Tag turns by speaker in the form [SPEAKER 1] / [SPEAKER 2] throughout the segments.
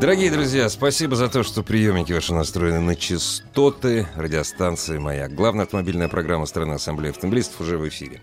[SPEAKER 1] Дорогие друзья, спасибо за то, что приемники ваши настроены на частоты радиостанции «Маяк». Главная автомобильная программа страны Ассамблеи автомобилистов уже в эфире.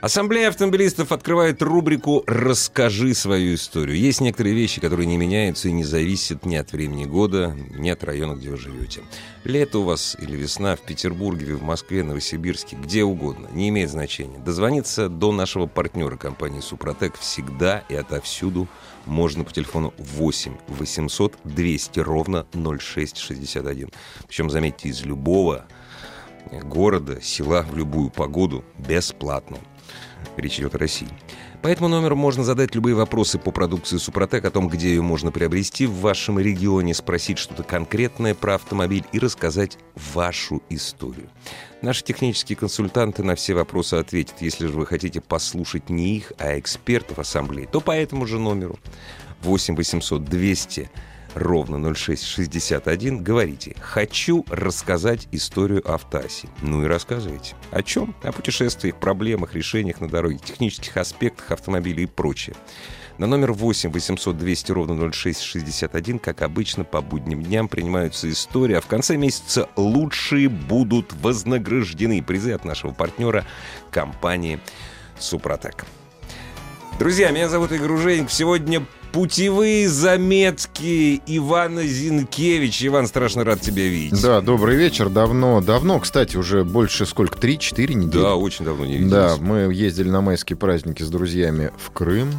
[SPEAKER 1] Ассамблея автомобилистов открывает рубрику «Расскажи свою историю». Есть некоторые вещи, которые не меняются и не зависят ни от времени года, ни от района, где вы живете. Лето у вас или весна в Петербурге, или в Москве, Новосибирске, где угодно, не имеет значения. Дозвониться до нашего партнера компании «Супротек» всегда и отовсюду можно по телефону 8 800 200 ровно 0661. Причем, заметьте, из любого города, села в любую погоду бесплатно. Речь идет о России. По этому номеру можно задать любые вопросы по продукции Супротек, о том, где ее можно приобрести в вашем регионе, спросить что-то конкретное про автомобиль и рассказать вашу историю. Наши технические консультанты на все вопросы ответят. Если же вы хотите послушать не их, а экспертов ассамблеи, то по этому же номеру 8 800 200 ровно 0661 говорите «Хочу рассказать историю автоаси». Ну и рассказывайте. О чем? О путешествиях, проблемах, решениях на дороге, технических аспектах автомобиля и прочее. На номер 8 800 200 ровно 0661, как обычно, по будним дням принимаются истории, а в конце месяца лучшие будут вознаграждены. Призы от нашего партнера компании «Супротек». Друзья, меня зовут Игорь Уженик. Сегодня путевые заметки Ивана Зинкевича. Иван, страшно рад тебя видеть.
[SPEAKER 2] Да, добрый вечер. Давно, давно, кстати, уже больше сколько, 3-4 недели?
[SPEAKER 1] Да, очень давно не виделись.
[SPEAKER 2] Да, мы ездили на майские праздники с друзьями в Крым.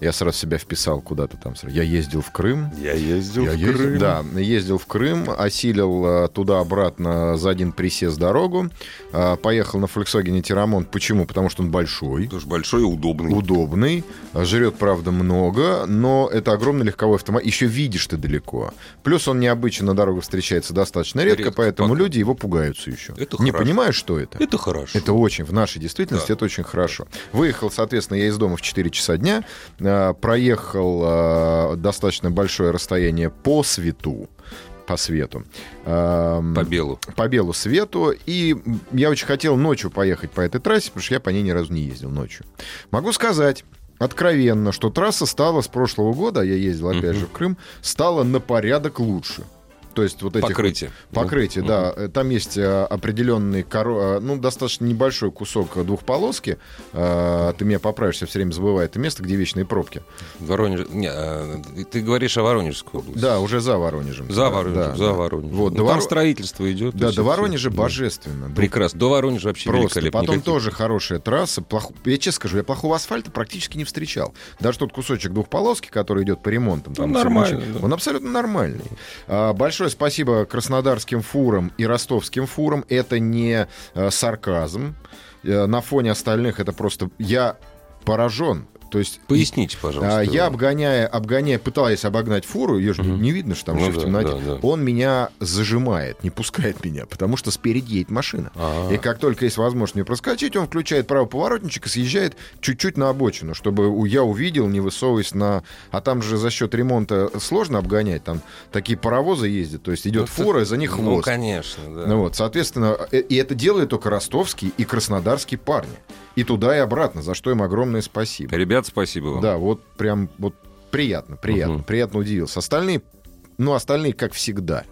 [SPEAKER 2] Я сразу себя вписал куда-то там. сразу. Я ездил в Крым.
[SPEAKER 1] Я ездил
[SPEAKER 2] Я
[SPEAKER 1] в
[SPEAKER 2] ездил-
[SPEAKER 1] Крым.
[SPEAKER 2] Да, ездил в Крым, осилил э, туда-обратно за один присест дорогу. Э, Поехал на Volkswagen Тирамон. Почему? Потому что он большой.
[SPEAKER 1] Потому что большой и удобный.
[SPEAKER 2] удобный, жрет, правда, много, но это огромный легковой автомобиль. Еще видишь ты далеко. Плюс он необычно на дорогах встречается достаточно редко,
[SPEAKER 1] Редко,
[SPEAKER 2] поэтому
[SPEAKER 1] пока.
[SPEAKER 2] люди его пугаются еще.
[SPEAKER 1] Это
[SPEAKER 2] Не
[SPEAKER 1] хорошо.
[SPEAKER 2] понимаешь, что это?
[SPEAKER 1] Это хорошо.
[SPEAKER 2] Это очень, в нашей действительности
[SPEAKER 1] Да.
[SPEAKER 2] это очень хорошо. Выехал, соответственно, я из дома в 4 часа дня, э, проехал э, достаточно большое расстояние по свету, по свету. Эм,
[SPEAKER 1] По белу.
[SPEAKER 2] по белу свету, и я очень хотел ночью поехать по этой трассе, потому что я по ней ни разу не ездил ночью. Могу сказать откровенно, что трасса стала с прошлого года, а я ездил опять
[SPEAKER 1] Мгм.
[SPEAKER 2] же в Крым, стала на порядок лучше. То есть вот эти
[SPEAKER 1] Покрытие.
[SPEAKER 2] Покрытие,
[SPEAKER 1] Ну,
[SPEAKER 2] да. Э, Там есть э, определенный, коро- э, ну, достаточно небольшой кусок э, двухполоски. Э, Ты меня поправишься, все время забываю это место, где вечные пробки.
[SPEAKER 1] Воронеж... Не, а, ты говоришь о Воронежской области.
[SPEAKER 2] Да, уже за Воронежем.
[SPEAKER 1] За
[SPEAKER 2] Да,
[SPEAKER 1] Воронежем,
[SPEAKER 2] да,
[SPEAKER 1] за
[SPEAKER 2] да.
[SPEAKER 1] Воронежем.
[SPEAKER 2] Вот,
[SPEAKER 1] Ну,
[SPEAKER 2] до
[SPEAKER 1] там
[SPEAKER 2] Воро-
[SPEAKER 1] строительство идет. и
[SPEAKER 2] Да,
[SPEAKER 1] всё-
[SPEAKER 2] до Воронежа
[SPEAKER 1] всё.
[SPEAKER 2] божественно.
[SPEAKER 1] Прекрасно. До Воронежа вообще
[SPEAKER 2] Просто.
[SPEAKER 1] великолепно.
[SPEAKER 2] Потом
[SPEAKER 1] Никаких-
[SPEAKER 2] тоже хорошая трасса. Плох- Я честно скажу, я плохого асфальта практически не встречал. Даже тот кусочек двухполоски, который идет по ремонтам, там
[SPEAKER 1] Он
[SPEAKER 2] всё
[SPEAKER 1] нормальный,
[SPEAKER 2] мочи-
[SPEAKER 1] Ну, да.
[SPEAKER 2] он абсолютно нормальный. А, большое спасибо краснодарским фурам и ростовским фурам. Это не э, сарказм. Э, на фоне остальных это просто я поражен. То есть
[SPEAKER 1] Поясните,
[SPEAKER 2] а,
[SPEAKER 1] пожалуйста.
[SPEAKER 2] Я, обгоняя, обгоняя, пытаясь обогнать фуру, ее же
[SPEAKER 1] Мгм.
[SPEAKER 2] не видно, что там
[SPEAKER 1] Ну
[SPEAKER 2] еще
[SPEAKER 1] да,
[SPEAKER 2] в темноте.
[SPEAKER 1] да, да.
[SPEAKER 2] Он меня зажимает, не пускает меня, потому что спереди едет машина.
[SPEAKER 1] А.
[SPEAKER 2] И как только есть возможность мне проскочить, он включает правый поворотничек и съезжает чуть-чуть на обочину, чтобы у- я увидел, не высовываясь на... А там же за счет ремонта сложно обгонять, там такие паровозы ездят, то есть идет
[SPEAKER 1] Ну, это-
[SPEAKER 2] фура, и за них
[SPEAKER 1] Ну,
[SPEAKER 2] хвост.
[SPEAKER 1] конечно, да.
[SPEAKER 2] Ну вот, соответственно, э- и это делают только ростовские и краснодарские парни. И туда и обратно, за что им огромное спасибо.
[SPEAKER 1] Ребят, спасибо вам.
[SPEAKER 2] Да, вот прям вот приятно, приятно,
[SPEAKER 1] Мгм.
[SPEAKER 2] приятно удивился. Остальные, ну, остальные, как всегда.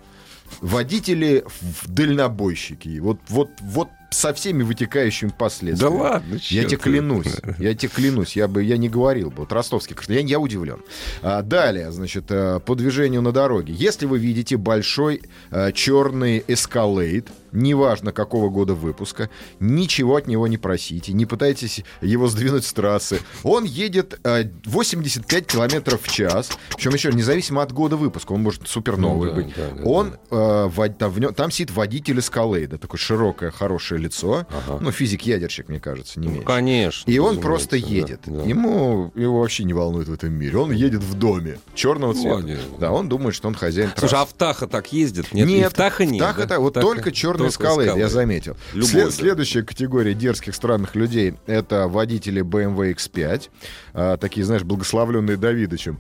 [SPEAKER 2] Водители в дальнобойщики. Вот, вот, вот со всеми вытекающими
[SPEAKER 1] Да
[SPEAKER 2] последствиями.
[SPEAKER 1] ладно,
[SPEAKER 2] Я
[SPEAKER 1] чё ты.
[SPEAKER 2] тебе клянусь, я тебе клянусь, я бы я не говорил бы. Вот ростовский красный, я, я удивлен. А, далее, значит, э, по движению на дороге. Если вы видите большой э, черный эскалейт, неважно какого года выпуска, ничего от него не просите, не пытайтесь его сдвинуть с трассы. Он едет э, 85 километров в час, причем еще независимо от года выпуска, он может суперновый
[SPEAKER 1] Ну да,
[SPEAKER 2] быть.
[SPEAKER 1] да, да,
[SPEAKER 2] он э, вод- там, в нё- там сидит водитель эскалейда, такое широкое, хорошее уставшее лицо.
[SPEAKER 1] Ага.
[SPEAKER 2] Ну, физик-ядерщик, мне кажется, не
[SPEAKER 1] Ну,
[SPEAKER 2] меньше.
[SPEAKER 1] конечно.
[SPEAKER 2] И он
[SPEAKER 1] разумеется,
[SPEAKER 2] просто
[SPEAKER 1] да,
[SPEAKER 2] едет.
[SPEAKER 1] да.
[SPEAKER 2] Ему его вообще не волнует в этом мире. Он едет в доме черного
[SPEAKER 1] Ну,
[SPEAKER 2] цвета.
[SPEAKER 1] ладно.
[SPEAKER 2] Да, он думает, что он хозяин
[SPEAKER 1] Слушай,
[SPEAKER 2] трассы.
[SPEAKER 1] а в Тахо так ездит? Нет, и в Тахо нет.
[SPEAKER 2] Тахо
[SPEAKER 1] да?
[SPEAKER 2] так, вот
[SPEAKER 1] Тахо-
[SPEAKER 2] только черные
[SPEAKER 1] только
[SPEAKER 2] скалы, я заметил.
[SPEAKER 1] Любой,
[SPEAKER 2] След-
[SPEAKER 1] да.
[SPEAKER 2] Следующая категория дерзких странных людей — это водители BMW X5, а, такие, знаешь, благословленные Давидычем,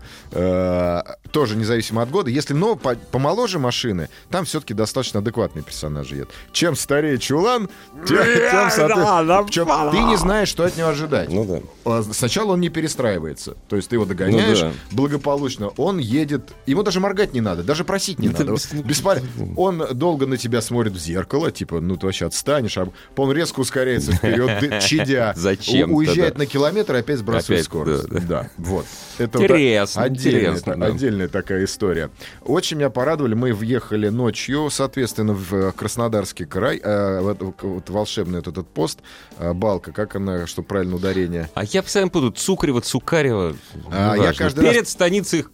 [SPEAKER 2] А, тоже независимо от года. Если, но по- помоложе машины, там все-таки достаточно адекватные персонажи едут. Чем старее чулан, тем, тем, соответственно, причем ты не знаешь, что от него ожидать.
[SPEAKER 1] Ну да.
[SPEAKER 2] А, Сначала он не перестраивается, то есть ты его догоняешь
[SPEAKER 1] Ну да.
[SPEAKER 2] благополучно. Он едет, ему даже моргать не надо, даже просить не
[SPEAKER 1] Это
[SPEAKER 2] надо.
[SPEAKER 1] бес-
[SPEAKER 2] Беспор- Он долго на тебя смотрит в зеркало, типа, ну ты вообще отстанешь, а он резко ускоряется вперед, ты- чадя.
[SPEAKER 1] Зачем-то,
[SPEAKER 2] У- Уезжает
[SPEAKER 1] да.
[SPEAKER 2] на километр, и опять сбрасывает
[SPEAKER 1] Опять,
[SPEAKER 2] скорость.
[SPEAKER 1] да,
[SPEAKER 2] Да,
[SPEAKER 1] да.
[SPEAKER 2] вот. Это
[SPEAKER 1] Интересно,
[SPEAKER 2] вот отдельная,
[SPEAKER 1] интересно,
[SPEAKER 2] та-
[SPEAKER 1] да.
[SPEAKER 2] отдельная такая история. Очень меня порадовали. Мы въехали ночью, соответственно, в э, Краснодарский край, э, в эту- к- вот волшебный вот этот пост, э, балка, как она, что правильно ударение.
[SPEAKER 1] А я постоянно буду Цукрева, Цукарева.
[SPEAKER 2] А,
[SPEAKER 1] неважно.
[SPEAKER 2] я каждый раз-
[SPEAKER 1] Перед станицей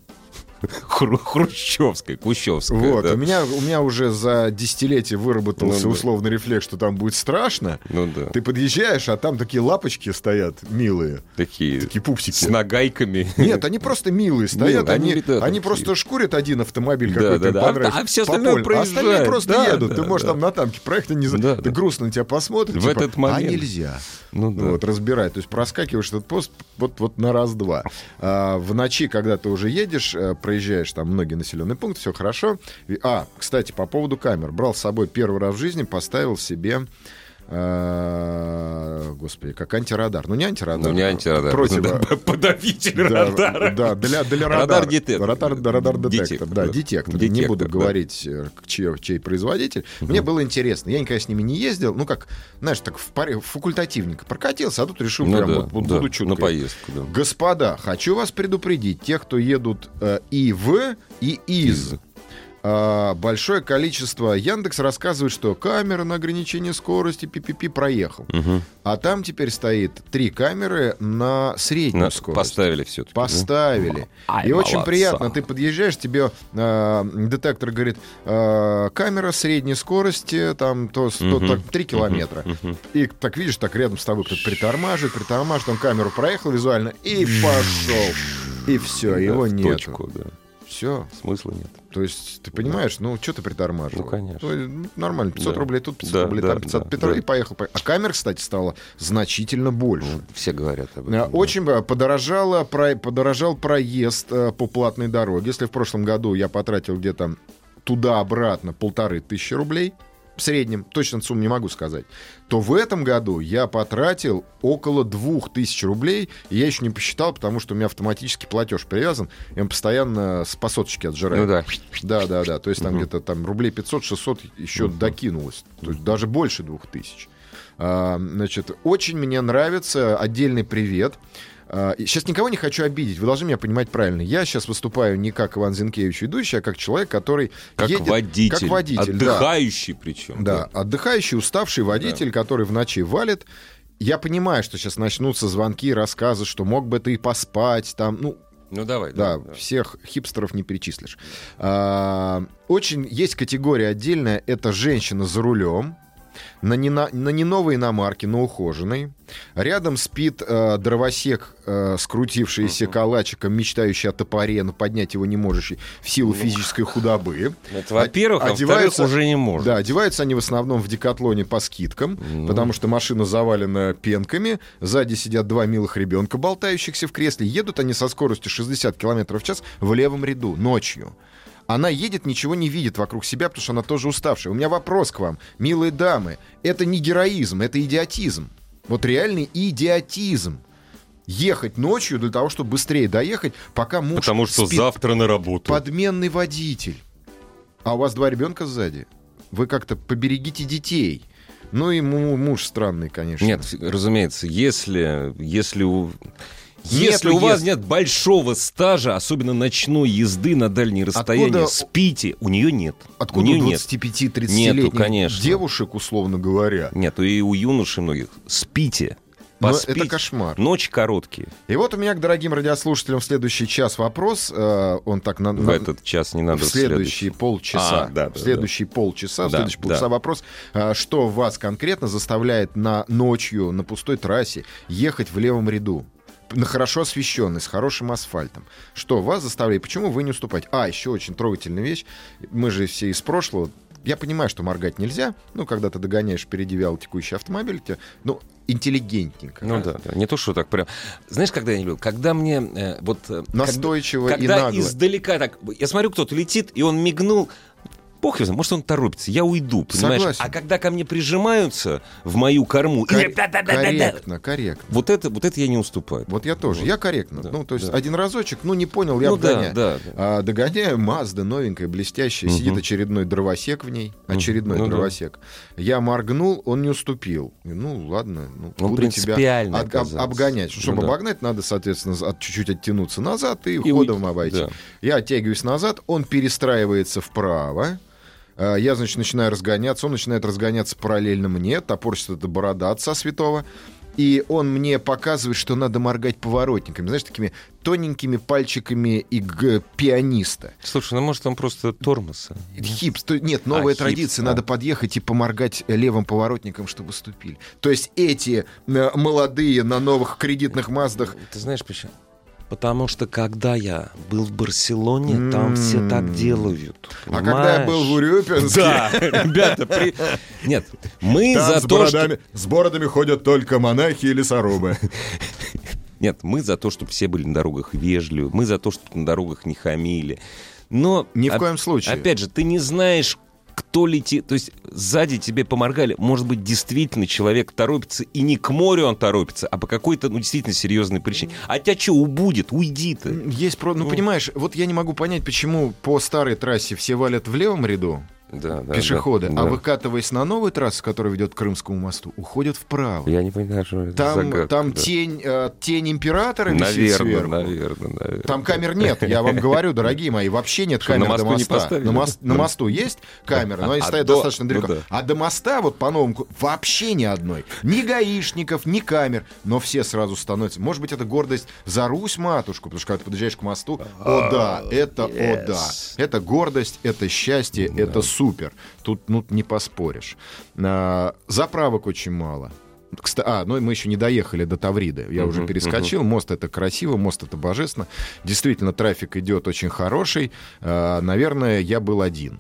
[SPEAKER 1] Хру- Хрущевской, Кущевской.
[SPEAKER 2] Вот,
[SPEAKER 1] да.
[SPEAKER 2] у меня, у меня уже за десятилетие выработался
[SPEAKER 1] Ну да.
[SPEAKER 2] условный рефлекс, что там будет страшно.
[SPEAKER 1] Ну да.
[SPEAKER 2] Ты подъезжаешь, а там такие лапочки стоят милые,
[SPEAKER 1] Такие
[SPEAKER 2] такие пупсики.
[SPEAKER 1] с нагайками.
[SPEAKER 2] Нет, они просто милые стоят,
[SPEAKER 1] Милые, они,
[SPEAKER 2] они,
[SPEAKER 1] ребята,
[SPEAKER 2] они
[SPEAKER 1] такие.
[SPEAKER 2] просто шкурят один автомобиль
[SPEAKER 1] Да,
[SPEAKER 2] какой-то
[SPEAKER 1] да,
[SPEAKER 2] им
[SPEAKER 1] да. А-
[SPEAKER 2] понравится,
[SPEAKER 1] а всё
[SPEAKER 2] по
[SPEAKER 1] остальное
[SPEAKER 2] полю. А остальные
[SPEAKER 1] проезжает.
[SPEAKER 2] просто
[SPEAKER 1] Да,
[SPEAKER 2] едут,
[SPEAKER 1] да,
[SPEAKER 2] ты можешь
[SPEAKER 1] да.
[SPEAKER 2] там на танке проехать, и не за-
[SPEAKER 1] Да,
[SPEAKER 2] ты
[SPEAKER 1] да.
[SPEAKER 2] грустно на тебя посмотрят,
[SPEAKER 1] В
[SPEAKER 2] типа,
[SPEAKER 1] этот момент.
[SPEAKER 2] а нельзя.
[SPEAKER 1] Ну да.
[SPEAKER 2] Вот, разбирай. То есть проскакиваешь этот пост вот, вот на раз-два. А, в ночи, когда ты уже едешь, э, проезжаешь там многие населенные пункты, все хорошо. И- А, кстати, по поводу камер. Брал с собой первый раз в жизни, поставил себе... э, Господи, как антирадар. Ну, не антирадар.
[SPEAKER 1] Ну, не антирадар.
[SPEAKER 2] Против...
[SPEAKER 1] Да, Подавитель
[SPEAKER 2] Да,
[SPEAKER 1] радара.
[SPEAKER 2] Да, для, для
[SPEAKER 1] Радар
[SPEAKER 2] радара.
[SPEAKER 1] детектор.
[SPEAKER 2] Радар, да, радар детектор.
[SPEAKER 1] Детектор,
[SPEAKER 2] да,
[SPEAKER 1] да.
[SPEAKER 2] детектор. Не
[SPEAKER 1] Детектор,
[SPEAKER 2] буду
[SPEAKER 1] да.
[SPEAKER 2] говорить, э, к чей, чей производитель. Мне было интересно. Я никогда с ними не ездил. Ну, как, знаешь, так в паре факультативненько прокатился, а тут решил
[SPEAKER 1] Ну
[SPEAKER 2] прям
[SPEAKER 1] да,
[SPEAKER 2] вот, вот
[SPEAKER 1] да,
[SPEAKER 2] буду
[SPEAKER 1] на
[SPEAKER 2] чуткой.
[SPEAKER 1] поездку, да.
[SPEAKER 2] Господа, хочу вас предупредить, те, кто едут э, и в, и из.
[SPEAKER 1] Из.
[SPEAKER 2] а, большое количество Яндекс рассказывает, что камера на ограничение скорости, пи-пи-пи, проехал.
[SPEAKER 1] Мгм.
[SPEAKER 2] А там теперь стоит три камеры на среднюю
[SPEAKER 1] На-
[SPEAKER 2] скорость.
[SPEAKER 1] Поставили все-таки.
[SPEAKER 2] Поставили.
[SPEAKER 1] Ай,
[SPEAKER 2] и очень
[SPEAKER 1] молодца.
[SPEAKER 2] приятно. Ты подъезжаешь, тебе э, детектор говорит, э, камера средней скорости, там то, сто-
[SPEAKER 1] Мгм.
[SPEAKER 2] так, 3 километра. И так видишь, так рядом с тобой кто-то притормаживает, притормаживает, он камеру проехал визуально и пошел. И все, его нет.
[SPEAKER 1] Точку, да.
[SPEAKER 2] Все.
[SPEAKER 1] Смысла нет.
[SPEAKER 2] То есть, ты понимаешь, ну, что ты притормаживал?
[SPEAKER 1] Ну, конечно.
[SPEAKER 2] Ну, нормально, 500
[SPEAKER 1] Да.
[SPEAKER 2] рублей тут, 500
[SPEAKER 1] Да,
[SPEAKER 2] рублей
[SPEAKER 1] да,
[SPEAKER 2] там, 500
[SPEAKER 1] да,
[SPEAKER 2] Петро,
[SPEAKER 1] да.
[SPEAKER 2] и поехал. поехал. А камер, кстати, стало значительно больше.
[SPEAKER 1] Все говорят об
[SPEAKER 2] Э,
[SPEAKER 1] этом. да.
[SPEAKER 2] Очень э, подорожало, про- подорожал проезд э, по платной дороге. Если в прошлом году я потратил где-то туда-обратно полторы тысячи рублей, в среднем, точно сумму не могу сказать, то в этом году я потратил около двух тысяч рублей. И я еще не посчитал, потому что у меня автоматически платеж привязан, и он постоянно с по соточке отжирает.
[SPEAKER 1] Ну да.
[SPEAKER 2] Да, да, да. То есть там
[SPEAKER 1] Мгм.
[SPEAKER 2] где-то там рублей 500-600 еще докинулось. То есть даже больше двух тысяч. А, значит, очень мне нравится отдельный привет. А, Сейчас никого не хочу обидеть, вы должны меня понимать правильно. Я сейчас выступаю не как Иван Зинкевич ведущий, а как человек, который
[SPEAKER 1] Как
[SPEAKER 2] едет-
[SPEAKER 1] водитель.
[SPEAKER 2] Как водитель, да.
[SPEAKER 1] Отдыхающий причем.
[SPEAKER 2] Да, отдыхающий, уставший водитель, который в ночи валит. Я понимаю, что сейчас начнутся звонки, рассказы, что мог бы ты и поспать, там, ну,
[SPEAKER 1] Ну давай.
[SPEAKER 2] да, всех хипстеров не перечислишь. А, очень есть категория отдельная. Это женщина за рулем. На не, на, на не новой иномарке, но ухоженной. Рядом спит э, дровосек, э, скрутившийся калачиком, мечтающий о топоре, но поднять его не можешь в
[SPEAKER 1] Ну.
[SPEAKER 2] силу физической худобы.
[SPEAKER 1] Это, во-первых, а во-вторых,
[SPEAKER 2] одеваются-
[SPEAKER 1] уже не может.
[SPEAKER 2] Да, одеваются они в основном в декатлоне по скидкам,
[SPEAKER 1] Ну.
[SPEAKER 2] потому что машина завалена пенками, сзади сидят два милых ребенка, болтающихся в кресле. Едут они со скоростью 60 км в час в левом ряду ночью. Она едет, ничего не видит вокруг себя, потому что она тоже уставшая. У меня вопрос к вам, милые дамы. Это не героизм, это идиотизм. Вот реальный идиотизм. Ехать ночью для того, чтобы быстрее доехать, пока муж
[SPEAKER 1] Потому что
[SPEAKER 2] спит
[SPEAKER 1] завтра на работу.
[SPEAKER 2] подменный водитель. А у вас два ребенка сзади. Вы как-то поберегите детей. Ну и му- муж странный, конечно.
[SPEAKER 1] Нет, ф- разумеется, если, если у...
[SPEAKER 2] Нет,
[SPEAKER 1] Если
[SPEAKER 2] ну,
[SPEAKER 1] у вас
[SPEAKER 2] если-
[SPEAKER 1] нет большого стажа, особенно ночной езды на дальние расстояния,
[SPEAKER 2] Откуда-
[SPEAKER 1] спите, у нее нет.
[SPEAKER 2] Откуда
[SPEAKER 1] у
[SPEAKER 2] у
[SPEAKER 1] нее нет.
[SPEAKER 2] 25-30-летних
[SPEAKER 1] Нету, конечно. ну
[SPEAKER 2] девушек, условно говоря?
[SPEAKER 1] Нет, и у юношей многих спите. поспить.
[SPEAKER 2] Ну, это кошмар.
[SPEAKER 1] Ночи короткие.
[SPEAKER 2] И вот у меня к дорогим радиослушателям в следующий час вопрос. э, Он так на,
[SPEAKER 1] В
[SPEAKER 2] на-
[SPEAKER 1] этот час не надо.
[SPEAKER 2] в следующие полчаса.
[SPEAKER 1] А, да,
[SPEAKER 2] в
[SPEAKER 1] да,
[SPEAKER 2] следующие полчаса, в
[SPEAKER 1] Да,
[SPEAKER 2] следующие полчаса
[SPEAKER 1] да.
[SPEAKER 2] вопрос, а, что вас конкретно заставляет на ночью на пустой трассе ехать в левом ряду? на хорошо освещенный, с хорошим асфальтом. Что вас заставляет? Почему вы не уступаете? А, еще очень трогательная вещь. Мы же все из прошлого. Я понимаю, что моргать нельзя. Ну, когда ты догоняешь впереди вяло текущий автомобиль, тебе, ну, интеллигентненько.
[SPEAKER 1] Ну да, да, не то, что так прям. Знаешь, когда я не люблю? Когда мне э, вот... э, когда-
[SPEAKER 2] Настойчиво и
[SPEAKER 1] когда
[SPEAKER 2] нагло.
[SPEAKER 1] издалека так... Я смотрю, кто-то летит, и он мигнул. Бог его знает, может, он торопится. Я уйду, понимаешь?
[SPEAKER 2] Согласен.
[SPEAKER 1] А когда ко мне прижимаются в мою корму... и
[SPEAKER 2] Кор-
[SPEAKER 1] да-да-да-да-да,
[SPEAKER 2] корректно, корректно.
[SPEAKER 1] Вот это, вот это я не уступаю.
[SPEAKER 2] Вот я тоже.
[SPEAKER 1] Вот.
[SPEAKER 2] Я корректно.
[SPEAKER 1] Да,
[SPEAKER 2] ну, то есть
[SPEAKER 1] да.
[SPEAKER 2] один разочек, ну, не понял, я
[SPEAKER 1] ну да,
[SPEAKER 2] обгоняю.
[SPEAKER 1] да, да.
[SPEAKER 2] А, догоняю, Мазда новенькая, блестящая,
[SPEAKER 1] Мгм.
[SPEAKER 2] сидит очередной дровосек в ней,
[SPEAKER 1] Мгм.
[SPEAKER 2] очередной
[SPEAKER 1] Ну да.
[SPEAKER 2] дровосек. Я моргнул, он не уступил. И, Ну ладно, ну,
[SPEAKER 1] Он
[SPEAKER 2] буду тебя
[SPEAKER 1] принципиальный
[SPEAKER 2] от- об-
[SPEAKER 1] оказался.
[SPEAKER 2] обгонять. Чтобы
[SPEAKER 1] Ну да.
[SPEAKER 2] обогнать, надо, соответственно, за- от- чуть-чуть оттянуться назад и,
[SPEAKER 1] И
[SPEAKER 2] ходом
[SPEAKER 1] уйти,
[SPEAKER 2] обойти.
[SPEAKER 1] да.
[SPEAKER 2] Я оттягиваюсь назад, он перестраивается вправо. А, Я, значит, начинаю разгоняться, он начинает разгоняться параллельно мне, топорщит эта борода отца святого. И он мне показывает, что надо моргать поворотниками, знаешь, такими тоненькими пальчиками и г- пианиста.
[SPEAKER 1] Слушай, ну может он просто тормоз. а?
[SPEAKER 2] Хипс, то- нет, новая
[SPEAKER 1] хипс,
[SPEAKER 2] традиция,
[SPEAKER 1] да.
[SPEAKER 2] надо подъехать и поморгать э, левым поворотником, чтобы ступили. То есть эти э, молодые на новых кредитных Маздах
[SPEAKER 1] Ты знаешь почему? Потому что когда я был в Барселоне, там все так
[SPEAKER 2] М.
[SPEAKER 1] делают.
[SPEAKER 2] А когда я был в
[SPEAKER 1] понимаешь?
[SPEAKER 2] Урюпинске,
[SPEAKER 1] Да, ребята, при- нет, мы
[SPEAKER 2] там
[SPEAKER 1] за
[SPEAKER 2] с,
[SPEAKER 1] то, что
[SPEAKER 2] бородами, с бородами ходят только монахи и лесорубы.
[SPEAKER 1] нет, мы за то, чтобы все были на дорогах вежливы, мы за то, чтобы на дорогах не хамили. Но
[SPEAKER 2] Ни в
[SPEAKER 1] оп-
[SPEAKER 2] коем случае.
[SPEAKER 1] опять же, ты не знаешь, кто летит, то есть сзади тебе поморгали, может быть, действительно человек торопится, и не к морю он торопится, а по какой-то, ну, действительно серьезной причине. А тебя что, убудет? Уйди ты.
[SPEAKER 2] Есть про... Ну,
[SPEAKER 1] Ну.
[SPEAKER 2] понимаешь, вот я не могу понять, почему по старой трассе все валят в левом ряду
[SPEAKER 1] Да,
[SPEAKER 2] пешеходы, а выкатываясь на новую трассу, которая ведет к Крымскому мосту, уходят вправо.
[SPEAKER 1] Ну, Я не понимаю, что это
[SPEAKER 2] Там,
[SPEAKER 1] загадка,
[SPEAKER 2] там
[SPEAKER 1] да.
[SPEAKER 2] тень, э, тень императора висит
[SPEAKER 1] Наверное,
[SPEAKER 2] сверху.
[SPEAKER 1] наверное, наверное.
[SPEAKER 2] Там камер нет, я вам говорю, дорогие мои, вообще нет
[SPEAKER 1] Что,
[SPEAKER 2] камер
[SPEAKER 1] на
[SPEAKER 2] до
[SPEAKER 1] мосту не
[SPEAKER 2] моста.
[SPEAKER 1] поставили?
[SPEAKER 2] на, мос- на мосту есть камеры, но они
[SPEAKER 1] А
[SPEAKER 2] стоят
[SPEAKER 1] до-
[SPEAKER 2] достаточно далеко.
[SPEAKER 1] ну да.
[SPEAKER 2] А до моста, вот по новому, ку- вообще ни одной. Ни гаишников, ни камер, но все сразу становятся. Может быть, это гордость за Русь, матушку, потому что когда ты подъезжаешь к мосту, о да, это о да.
[SPEAKER 1] А, yes. Ну
[SPEAKER 2] Это гордость, это счастье, это супер. Тут ну, не поспоришь. А, заправок очень мало. Кста- А, ну и мы еще не доехали до Тавриды. Я уже
[SPEAKER 1] Мгм,
[SPEAKER 2] перескочил. Мост это красиво, мост это божественно. Действительно, трафик идет очень хороший. А, наверное, я был один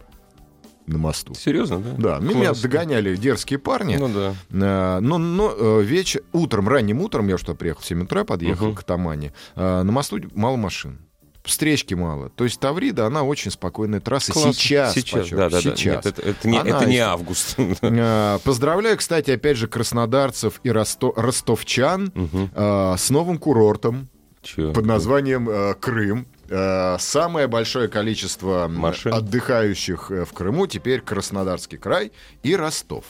[SPEAKER 2] на мосту.
[SPEAKER 1] Серьезно, да?
[SPEAKER 2] Да, ну, меня
[SPEAKER 1] Класс.
[SPEAKER 2] догоняли дерзкие парни.
[SPEAKER 1] Ну да.
[SPEAKER 2] Э, Но, но вечер, утром, ранним утром, я что приехал в 7 утра, подъехал
[SPEAKER 1] Мгм.
[SPEAKER 2] к Тамане, э, на мосту мало машин. Встречки мало. То есть Таврида, она очень спокойная трасса.
[SPEAKER 1] Классно.
[SPEAKER 2] Сейчас.
[SPEAKER 1] Сейчас,
[SPEAKER 2] подчеркиваю,
[SPEAKER 1] да, да, да.
[SPEAKER 2] сейчас.
[SPEAKER 1] Нет, это, это не,
[SPEAKER 2] Она
[SPEAKER 1] это не
[SPEAKER 2] еще-
[SPEAKER 1] август.
[SPEAKER 2] Э, Поздравляю, кстати, опять же, краснодарцев и росто- ростовчан
[SPEAKER 1] Мгм.
[SPEAKER 2] э, с новым курортом
[SPEAKER 1] Чё?
[SPEAKER 2] под названием э, Крым. Э, Самое большое количество м,
[SPEAKER 1] Машин.
[SPEAKER 2] отдыхающих э, в Крыму теперь Краснодарский край и Ростов.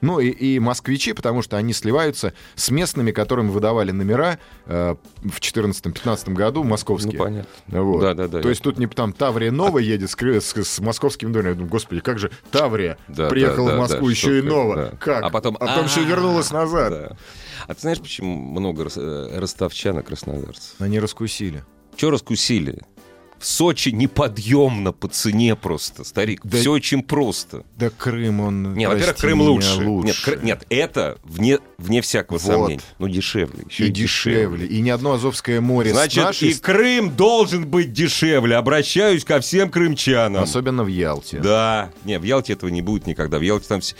[SPEAKER 2] Ну и, и москвичи, потому что они сливаются с местными, которым выдавали номера э, в 2014-2015 году
[SPEAKER 1] Ну
[SPEAKER 2] московские.
[SPEAKER 1] понятно.
[SPEAKER 2] Вот.
[SPEAKER 1] Да, да, А да.
[SPEAKER 2] То есть тут не там Таврия Нова едет с, кры- с- с московским домом. Я думаю, господи, как же Таврия
[SPEAKER 1] Да,
[SPEAKER 2] приехала
[SPEAKER 1] да,
[SPEAKER 2] в
[SPEAKER 1] да,
[SPEAKER 2] Москву
[SPEAKER 1] да,
[SPEAKER 2] еще и
[SPEAKER 1] что-то,
[SPEAKER 2] Нова.
[SPEAKER 1] да.
[SPEAKER 2] Как?
[SPEAKER 1] А потом,
[SPEAKER 2] еще
[SPEAKER 1] А,
[SPEAKER 2] вернулась назад.
[SPEAKER 1] да. А ты знаешь, почему много рос- э, ростовчан и краснодарцев?
[SPEAKER 2] Они раскусили.
[SPEAKER 1] Че раскусили? В Сочи неподъемно по цене просто, старик.
[SPEAKER 2] Да-
[SPEAKER 1] Все очень просто.
[SPEAKER 2] Да Крым он,
[SPEAKER 1] Не, во-первых,
[SPEAKER 2] прости
[SPEAKER 1] Крым
[SPEAKER 2] меня,
[SPEAKER 1] лучше. Нет, Кры- нет, это вне, вне всякого
[SPEAKER 2] Вот.
[SPEAKER 1] сомнения. Ну, дешевле. еще
[SPEAKER 2] и дешевле. И ни одно Азовское море
[SPEAKER 1] Значит,
[SPEAKER 2] с нашей
[SPEAKER 1] и Крым должен быть дешевле. Обращаюсь ко всем крымчанам.
[SPEAKER 2] особенно в Ялте.
[SPEAKER 1] Да. Не, в Ялте этого не будет никогда. В Ялте там... вс-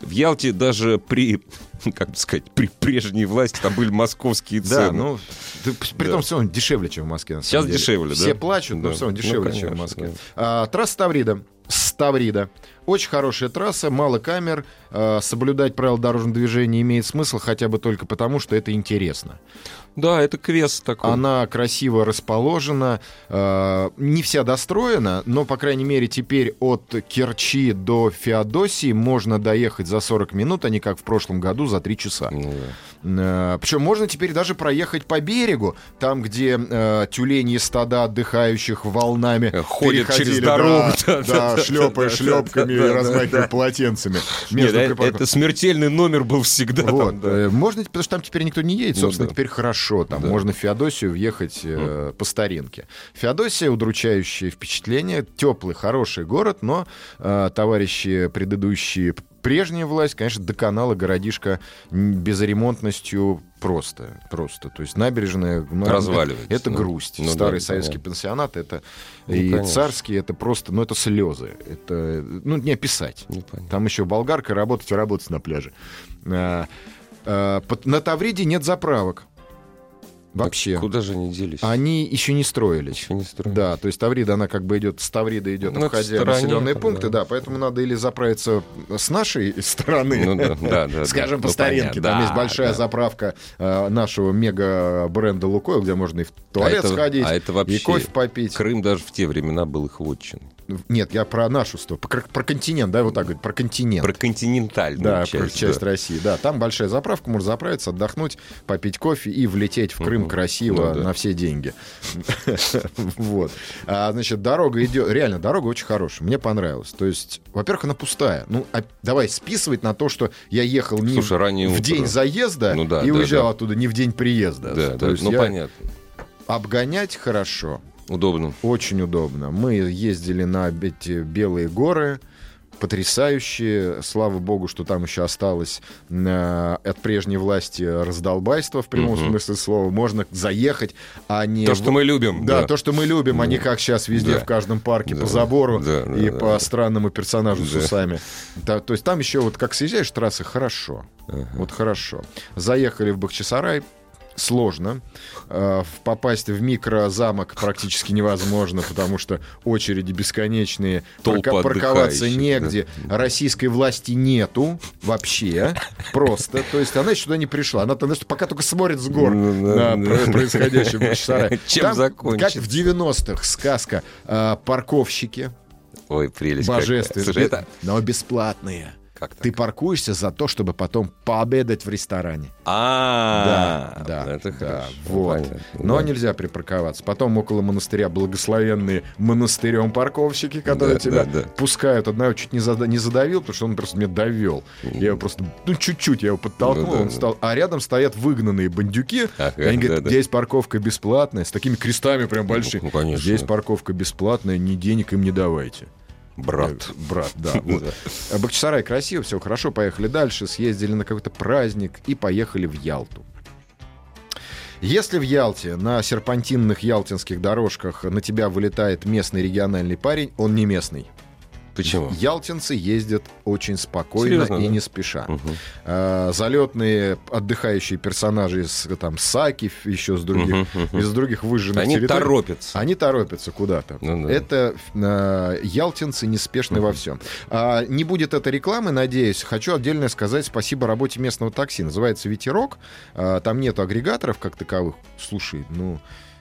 [SPEAKER 1] В Ялте даже при, как бы сказать, при прежней власти там были московские цены.
[SPEAKER 2] Да, ну, ты- при
[SPEAKER 1] Да.
[SPEAKER 2] том, все равно дешевле, чем в Москве. на самом
[SPEAKER 1] Сейчас
[SPEAKER 2] деле.
[SPEAKER 1] дешевле, да?
[SPEAKER 2] Все плачут, но
[SPEAKER 1] Да.
[SPEAKER 2] все равно
[SPEAKER 1] Ну,
[SPEAKER 2] дешевле, чем в
[SPEAKER 1] конечно,
[SPEAKER 2] Москве.
[SPEAKER 1] да.
[SPEAKER 2] А, трасса Таврида. Ставрида. Очень хорошая трасса, мало камер. а, соблюдать правила дорожного движения имеет смысл хотя бы только потому, что это интересно.
[SPEAKER 1] Да, это квест такой.
[SPEAKER 2] Она красиво расположена, э, не вся достроена, но, по крайней мере, теперь от Керчи до Феодосии можно доехать за 40 минут, а не как в прошлом году за 3 часа. Э,
[SPEAKER 1] Ну да.
[SPEAKER 2] Причем можно теперь даже проехать по берегу, там, где э, тюлени стада отдыхающих волнами
[SPEAKER 1] Э, ходят
[SPEAKER 2] переходили,
[SPEAKER 1] через дорогу,
[SPEAKER 2] да,
[SPEAKER 1] да, да,
[SPEAKER 2] да,
[SPEAKER 1] да,
[SPEAKER 2] шлепая
[SPEAKER 1] да, да,
[SPEAKER 2] шлепками
[SPEAKER 1] да,
[SPEAKER 2] и
[SPEAKER 1] да,
[SPEAKER 2] размахивая
[SPEAKER 1] да.
[SPEAKER 2] полотенцами.
[SPEAKER 1] Нет,
[SPEAKER 2] между
[SPEAKER 1] э-
[SPEAKER 2] припарков-
[SPEAKER 1] это смертельный номер был всегда. там,
[SPEAKER 2] вот.
[SPEAKER 1] да.
[SPEAKER 2] э, Можно, потому что там теперь никто не едет,
[SPEAKER 1] Ну
[SPEAKER 2] собственно,
[SPEAKER 1] да.
[SPEAKER 2] теперь хорошо. Там
[SPEAKER 1] Да.
[SPEAKER 2] можно в Феодосию въехать э, по старинке. Феодосия удручающее впечатление, теплый, хороший город, но э, товарищи предыдущие, прежняя власть, конечно, доконала городишко м, безремонтностью просто, просто. То есть набережная... ну,
[SPEAKER 1] Разваливается,
[SPEAKER 2] Это
[SPEAKER 1] ну.
[SPEAKER 2] грусть.
[SPEAKER 1] Ну да,
[SPEAKER 2] Старый
[SPEAKER 1] да,
[SPEAKER 2] советский
[SPEAKER 1] понятно.
[SPEAKER 2] пансионат, это
[SPEAKER 1] Ну,
[SPEAKER 2] и
[SPEAKER 1] конечно.
[SPEAKER 2] царский, это просто, ну, это слезы. Это, ну, не описать.
[SPEAKER 1] Ну, понятно.
[SPEAKER 2] Там еще болгарка, работать и работать на пляже. А, а, под- На Тавриде нет заправок. Вообще.
[SPEAKER 1] Так Куда же они делись?
[SPEAKER 2] Они еще не строились.
[SPEAKER 1] Еще не строили.
[SPEAKER 2] Да, то есть Таврида, она как бы идет, с Таврида идет,
[SPEAKER 1] Ну, это
[SPEAKER 2] обходя
[SPEAKER 1] стороне,
[SPEAKER 2] населенные
[SPEAKER 1] да.
[SPEAKER 2] пункты, да, поэтому надо или заправиться с нашей стороны,
[SPEAKER 1] Ну да, да, да,
[SPEAKER 2] скажем,
[SPEAKER 1] да.
[SPEAKER 2] по
[SPEAKER 1] Ну,
[SPEAKER 2] старинке.
[SPEAKER 1] понятно,
[SPEAKER 2] Там
[SPEAKER 1] да,
[SPEAKER 2] есть большая
[SPEAKER 1] да. А
[SPEAKER 2] заправка э, нашего мега-бренда «Лукойл», где можно и в туалет
[SPEAKER 1] это-
[SPEAKER 2] сходить,
[SPEAKER 1] а это вообще
[SPEAKER 2] и кофе попить.
[SPEAKER 1] Крым даже в те времена был их вотчиной.
[SPEAKER 2] Нет, я про нашу сторону, про, про континент, да, вот так говорить, про континент.
[SPEAKER 1] Про континентальную
[SPEAKER 2] Да, про
[SPEAKER 1] ну, часть.
[SPEAKER 2] часть,
[SPEAKER 1] да.
[SPEAKER 2] России. Да, там большая заправка, можно заправиться, отдохнуть, попить кофе и влететь в Крым
[SPEAKER 1] Мгм.
[SPEAKER 2] красиво
[SPEAKER 1] Ну да.
[SPEAKER 2] на все деньги. Вот. А, Значит, дорога идет, реально дорога очень хорошая, мне понравилась. То есть, во-первых, она пустая. Ну, а давай списывать на то, что я ехал не
[SPEAKER 1] Слушай, раннее
[SPEAKER 2] в
[SPEAKER 1] утро.
[SPEAKER 2] день заезда
[SPEAKER 1] Ну да,
[SPEAKER 2] и
[SPEAKER 1] да,
[SPEAKER 2] уезжал
[SPEAKER 1] да.
[SPEAKER 2] оттуда не в день приезда.
[SPEAKER 1] Да,
[SPEAKER 2] То
[SPEAKER 1] да,
[SPEAKER 2] есть
[SPEAKER 1] ну
[SPEAKER 2] я-
[SPEAKER 1] понятно.
[SPEAKER 2] обгонять хорошо.
[SPEAKER 1] Удобно.
[SPEAKER 2] Очень удобно. Мы ездили на эти белые горы, потрясающие. Слава богу, что там еще осталось э, от прежней власти раздолбайство в прямом
[SPEAKER 1] Мгм.
[SPEAKER 2] смысле слова. Можно заехать, а не...
[SPEAKER 1] То, что мы любим.
[SPEAKER 2] Да, то, что мы любим, а не
[SPEAKER 1] Да.
[SPEAKER 2] как сейчас везде
[SPEAKER 1] Да.
[SPEAKER 2] в каждом парке
[SPEAKER 1] Да.
[SPEAKER 2] по забору
[SPEAKER 1] Да, да,
[SPEAKER 2] и
[SPEAKER 1] да,
[SPEAKER 2] по
[SPEAKER 1] да.
[SPEAKER 2] странному персонажу с
[SPEAKER 1] Да.
[SPEAKER 2] усами. Да, то есть там еще вот как съезжаешь с трассы, хорошо.
[SPEAKER 1] Ага.
[SPEAKER 2] Вот хорошо. Заехали в Бахчисарай. Сложно. Э, в- Попасть в микрозамок практически невозможно, потому что очереди бесконечные.
[SPEAKER 1] Толпа
[SPEAKER 2] Парка- парковаться
[SPEAKER 1] отдыхающих,
[SPEAKER 2] негде. Российской власти нету вообще. Просто. То есть она еще туда не пришла. Она там, знаешь, пока только смотрит с гор
[SPEAKER 1] Ну, да,
[SPEAKER 2] на
[SPEAKER 1] да.
[SPEAKER 2] про- происходящее в Бахчисарае.
[SPEAKER 1] Чем
[SPEAKER 2] Там, ну,
[SPEAKER 1] закончится?
[SPEAKER 2] Как в 90-х сказка э, «Парковщики».
[SPEAKER 1] Ой, прелесть. какая.
[SPEAKER 2] Божественные.
[SPEAKER 1] Слушай, это
[SPEAKER 2] Но бесплатные.
[SPEAKER 1] как так?
[SPEAKER 2] Ты паркуешься за то, чтобы потом пообедать в ресторане.
[SPEAKER 1] А,
[SPEAKER 2] Да, да,
[SPEAKER 1] это
[SPEAKER 2] да,
[SPEAKER 1] хорошо. ну,
[SPEAKER 2] вот.
[SPEAKER 1] Понятно.
[SPEAKER 2] Но
[SPEAKER 1] Да.
[SPEAKER 2] нельзя припарковаться. Потом около монастыря благословенные монастырем парковщики, которые
[SPEAKER 1] Да,
[SPEAKER 2] тебя
[SPEAKER 1] да, да.
[SPEAKER 2] пускают. Одного чуть не, зада- не задавил, потому что он просто меня довел. Я его просто, ну чуть-чуть, я его подтолкнул,
[SPEAKER 1] Ну да,
[SPEAKER 2] он
[SPEAKER 1] да.
[SPEAKER 2] встал. А рядом стоят выгнанные бандюки.
[SPEAKER 1] Ага,
[SPEAKER 2] и они говорят,
[SPEAKER 1] да, да.
[SPEAKER 2] здесь парковка бесплатная, с такими крестами прям большими.
[SPEAKER 1] ну, конечно.
[SPEAKER 2] Здесь парковка бесплатная, ни денег им не давайте.
[SPEAKER 1] Брат.
[SPEAKER 2] Э, Брат, да. вот.
[SPEAKER 1] Да.
[SPEAKER 2] А Бахчисарай красиво, все хорошо, поехали дальше, съездили на какой-то праздник и поехали в Ялту. Если в Ялте на серпантинных ялтинских дорожках на тебя вылетает местный региональный парень, он не местный.
[SPEAKER 1] Почему?
[SPEAKER 2] Ялтинцы ездят очень спокойно
[SPEAKER 1] Серьезно,
[SPEAKER 2] и
[SPEAKER 1] да? Хм.
[SPEAKER 2] не спеша. А,
[SPEAKER 1] Мгм.
[SPEAKER 2] Залетные отдыхающие персонажи из там Саки, еще с других,
[SPEAKER 1] Мгм, мгм.
[SPEAKER 2] из других выжженных
[SPEAKER 1] Они
[SPEAKER 2] территорий.
[SPEAKER 1] торопятся.
[SPEAKER 2] Они торопятся куда-то.
[SPEAKER 1] Ну да.
[SPEAKER 2] Это э, ялтинцы неспешны во всем. А, не будет это рекламы, надеюсь. Хочу отдельно сказать спасибо работе местного такси. Называется «Ветерок». А, там нет агрегаторов как таковых. Слушай, ну,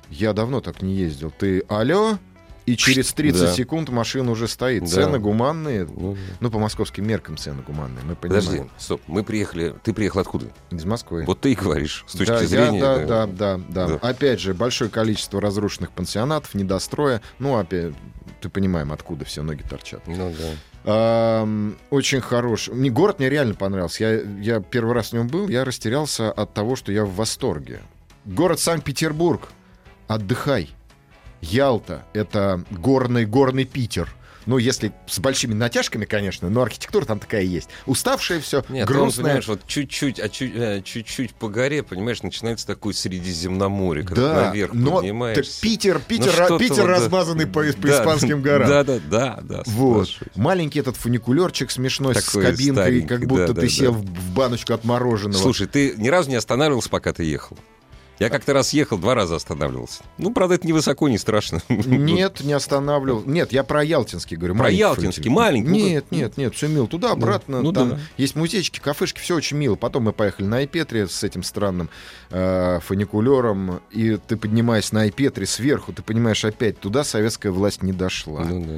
[SPEAKER 2] я давно так не ездил. Ты алло, и через 30
[SPEAKER 1] Да.
[SPEAKER 2] секунд машина уже стоит.
[SPEAKER 1] Да.
[SPEAKER 2] Цены гуманные.
[SPEAKER 1] Ну,
[SPEAKER 2] Ну, по московским меркам цены гуманные, мы понимаем.
[SPEAKER 1] Подожди, стоп, мы приехали, ты приехал откуда?
[SPEAKER 2] Из Москвы.
[SPEAKER 1] Вот ты и говоришь, с точки
[SPEAKER 2] Да, я-
[SPEAKER 1] зрения...
[SPEAKER 2] да,
[SPEAKER 1] да.
[SPEAKER 2] да, да, да,
[SPEAKER 1] Да.
[SPEAKER 2] Опять же, большое количество разрушенных пансионатов, недостроя. Ну, опять, ты понимаем, откуда все ноги торчат.
[SPEAKER 1] Ну да.
[SPEAKER 2] Эм, очень хороший. Мне город мне реально понравился. Я, я первый раз в нем был, я растерялся от того, что я в восторге. Город Санкт-Петербург. Отдыхай. Ялта — это горный, горный Питер. Ну, если с большими натяжками, конечно, но архитектура там такая есть. Уставшая все,
[SPEAKER 1] Нет, он,
[SPEAKER 2] грустная.
[SPEAKER 1] понимаешь, вот чуть-чуть, а чуть, э, чуть-чуть по горе, понимаешь, начинается такое Средиземноморье, когда ты
[SPEAKER 2] Да,
[SPEAKER 1] наверх
[SPEAKER 2] но так
[SPEAKER 1] поднимаешься.
[SPEAKER 2] Питер,
[SPEAKER 1] Ну,
[SPEAKER 2] Питер,
[SPEAKER 1] что-то
[SPEAKER 2] Питер
[SPEAKER 1] вот, да.
[SPEAKER 2] размазанный по, по
[SPEAKER 1] Да,
[SPEAKER 2] испанским горам.
[SPEAKER 1] Да, да, да, да.
[SPEAKER 2] Вот.
[SPEAKER 1] соглашусь.
[SPEAKER 2] Маленький этот фуникулерчик смешной
[SPEAKER 1] Такой
[SPEAKER 2] с кабинкой,
[SPEAKER 1] старенький,
[SPEAKER 2] как будто
[SPEAKER 1] да,
[SPEAKER 2] ты
[SPEAKER 1] да,
[SPEAKER 2] сел
[SPEAKER 1] да.
[SPEAKER 2] Ну в- в баночку от мороженого.
[SPEAKER 1] Слушай, ты ни разу не останавливался, пока ты ехал? Я как-то раз ехал, два раза останавливался. Ну, правда, это не высоко, не страшно.
[SPEAKER 2] Нет, не останавливал. Нет, я про Ялтинский говорю.
[SPEAKER 1] ну, Про
[SPEAKER 2] маленький
[SPEAKER 1] Ялтинский,
[SPEAKER 2] флюгель.
[SPEAKER 1] маленький, ну,
[SPEAKER 2] Нет, нет, нет, все мило. Туда, обратно.
[SPEAKER 1] ну
[SPEAKER 2] там
[SPEAKER 1] да.
[SPEAKER 2] есть музейчики, кафешки, все очень мило. Потом мы поехали на Айпетре с этим странным э, фуникулером. И ты поднимаешься на Айпетре сверху, ты понимаешь, опять туда советская власть не дошла.
[SPEAKER 1] Ну, да.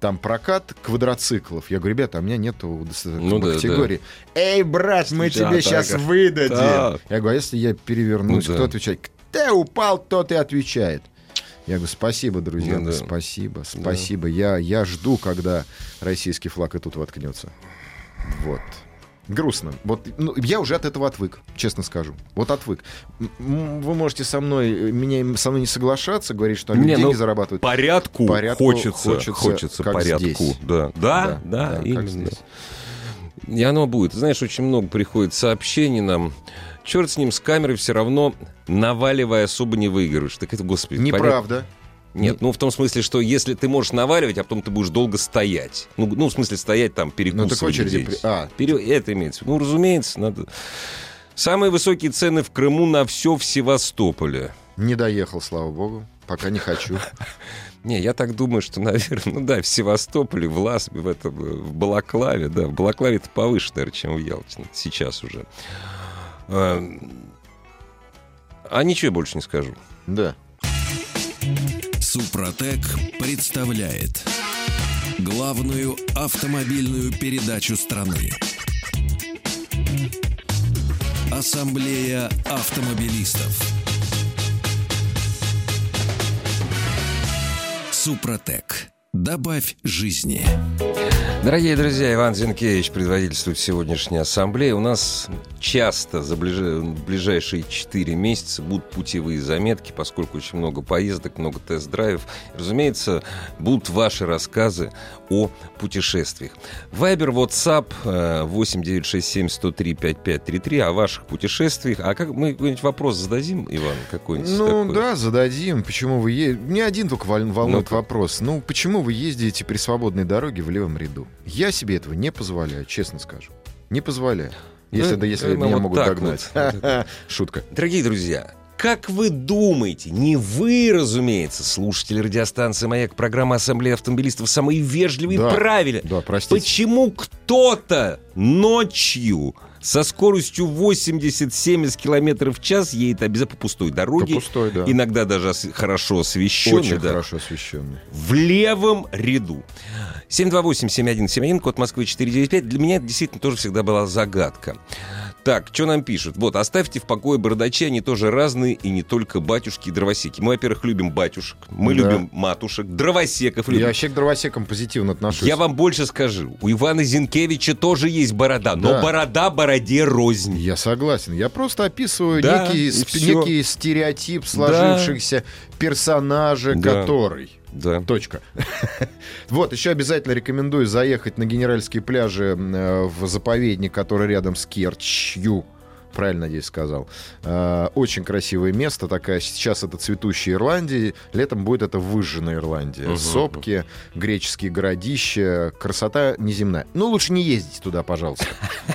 [SPEAKER 2] Там прокат квадроциклов. Я говорю, ребята, а у меня нету удос-
[SPEAKER 1] Ну да,
[SPEAKER 2] категории. Эй, брат, мы
[SPEAKER 1] Да,
[SPEAKER 2] тебе
[SPEAKER 1] так.
[SPEAKER 2] сейчас выдадим.
[SPEAKER 1] Так.
[SPEAKER 2] Я говорю, а если я перевернусь,
[SPEAKER 1] Ну да.
[SPEAKER 2] кто отвечает? Кто упал, тот и отвечает. Я говорю, спасибо, друзья,
[SPEAKER 1] Ну да.
[SPEAKER 2] спасибо, спасибо. Я, я жду, когда российский флаг и тут воткнется. Вот. Грустно. Вот, ну, я уже от этого отвык, честно скажу. Вот отвык. М- м, Вы можете со мной, э, меня со мной не соглашаться, говорить, что они
[SPEAKER 1] Не,
[SPEAKER 2] деньги
[SPEAKER 1] ну,
[SPEAKER 2] зарабатывают.
[SPEAKER 1] Порядку,
[SPEAKER 2] Порядку
[SPEAKER 1] хочется,
[SPEAKER 2] хочется,
[SPEAKER 1] хочется,
[SPEAKER 2] как
[SPEAKER 1] порядку.
[SPEAKER 2] здесь.
[SPEAKER 1] Да, да, да,
[SPEAKER 2] как
[SPEAKER 1] именно.
[SPEAKER 2] здесь.
[SPEAKER 1] И оно будет. Знаешь, очень много приходит сообщений нам. Черт с ним, с камерой все равно наваливая особо не выигрыш. Так это, господи, понятно.
[SPEAKER 2] Неправда.
[SPEAKER 1] Нет, ну в том смысле, что если ты можешь наваливать, а потом ты будешь долго стоять. Ну, ну в смысле стоять там, перекусывать.
[SPEAKER 2] Ну так в очереди...
[SPEAKER 1] здесь.
[SPEAKER 2] при- А,
[SPEAKER 1] Пере- Это имеется. в виду. Ну, разумеется, надо... Самые высокие цены в Крыму на все в Севастополе.
[SPEAKER 2] не доехал, слава богу. Пока не хочу.
[SPEAKER 1] Не, я так думаю, что, наверное, ну да, в Севастополе, в Ласбе, в, этом, э, в Балаклаве, да, в Балаклаве это повыше, наверное, чем в Ялте сейчас уже. Э, А ничего я больше не скажу.
[SPEAKER 2] Да.
[SPEAKER 3] Супротек представляет главную автомобильную передачу страны. Ассамблея автомобилистов. Супротек. Добавь жизни.
[SPEAKER 1] Дорогие друзья, Иван Зинкевич предводительствует сегодняшней ассамблее. У нас часто за ближе- ближайшие 4 месяца будут путевые заметки, поскольку очень много поездок, много тест-драйвов. Разумеется, будут ваши рассказы о путешествиях. Вайбер, WhatsApp э, 8967 103 5533 о ваших путешествиях. А как мы какой-нибудь вопрос зададим, Иван, какой-нибудь
[SPEAKER 2] Ну
[SPEAKER 1] такой?
[SPEAKER 2] да, зададим. Почему вы ездите? Мне один только волн- волнует
[SPEAKER 1] Ну-ка.
[SPEAKER 2] вопрос. Ну, почему вы ездите при свободной дороге в левом ряду? Я себе этого не позволяю, честно скажу. Не позволяю. Если,
[SPEAKER 1] Ну,
[SPEAKER 2] да, если
[SPEAKER 1] прямо
[SPEAKER 2] меня
[SPEAKER 1] вот
[SPEAKER 2] могут
[SPEAKER 1] так
[SPEAKER 2] догнать.
[SPEAKER 1] вот.
[SPEAKER 2] Шутка.
[SPEAKER 1] Дорогие друзья, как вы думаете, не вы, разумеется, слушатели радиостанции «Маяк», программа «Ассамблея автомобилистов» самые вежливые
[SPEAKER 2] Да.
[SPEAKER 1] и правильные.
[SPEAKER 2] Да, простите.
[SPEAKER 1] Почему кто-то ночью со скоростью 80-70 км в час едет обязательно по пустой
[SPEAKER 2] Да
[SPEAKER 1] дороге,
[SPEAKER 2] пустой, да.
[SPEAKER 1] иногда даже ос- хорошо освещенный,
[SPEAKER 2] Очень
[SPEAKER 1] да,
[SPEAKER 2] хорошо освещенный.
[SPEAKER 1] в левом ряду. 728-7171, код Москвы 495. Для меня это действительно тоже всегда была загадка. Так, что нам пишут? Вот, оставьте в покое бородачи, они тоже разные, и не только батюшки и дровосеки. Мы, во-первых, любим батюшек, мы
[SPEAKER 2] Да.
[SPEAKER 1] любим матушек, дровосеков
[SPEAKER 2] Я
[SPEAKER 1] любим.
[SPEAKER 2] вообще к дровосекам позитивно отношусь.
[SPEAKER 1] Я вам больше скажу, у Ивана Зинкевича тоже есть борода,
[SPEAKER 2] Да.
[SPEAKER 1] но борода бороде рознь.
[SPEAKER 2] Я согласен. Я просто описываю
[SPEAKER 1] Да,
[SPEAKER 2] некий,
[SPEAKER 1] и
[SPEAKER 2] сп-
[SPEAKER 1] всё.
[SPEAKER 2] некий стереотип сложившихся персонажа,
[SPEAKER 1] Да.
[SPEAKER 2] который.
[SPEAKER 1] Да.
[SPEAKER 2] Точка. вот, еще обязательно рекомендую заехать на генеральские пляжи э, в заповедник, который рядом с Керчью. Правильно, надеюсь, сказал. Э, Очень красивое место такая. Сейчас это цветущая Ирландия. Летом будет это выжженная Ирландия.
[SPEAKER 1] Мгм.
[SPEAKER 2] Сопки, греческие городища. Красота неземная. Ну, лучше не ездить туда, пожалуйста.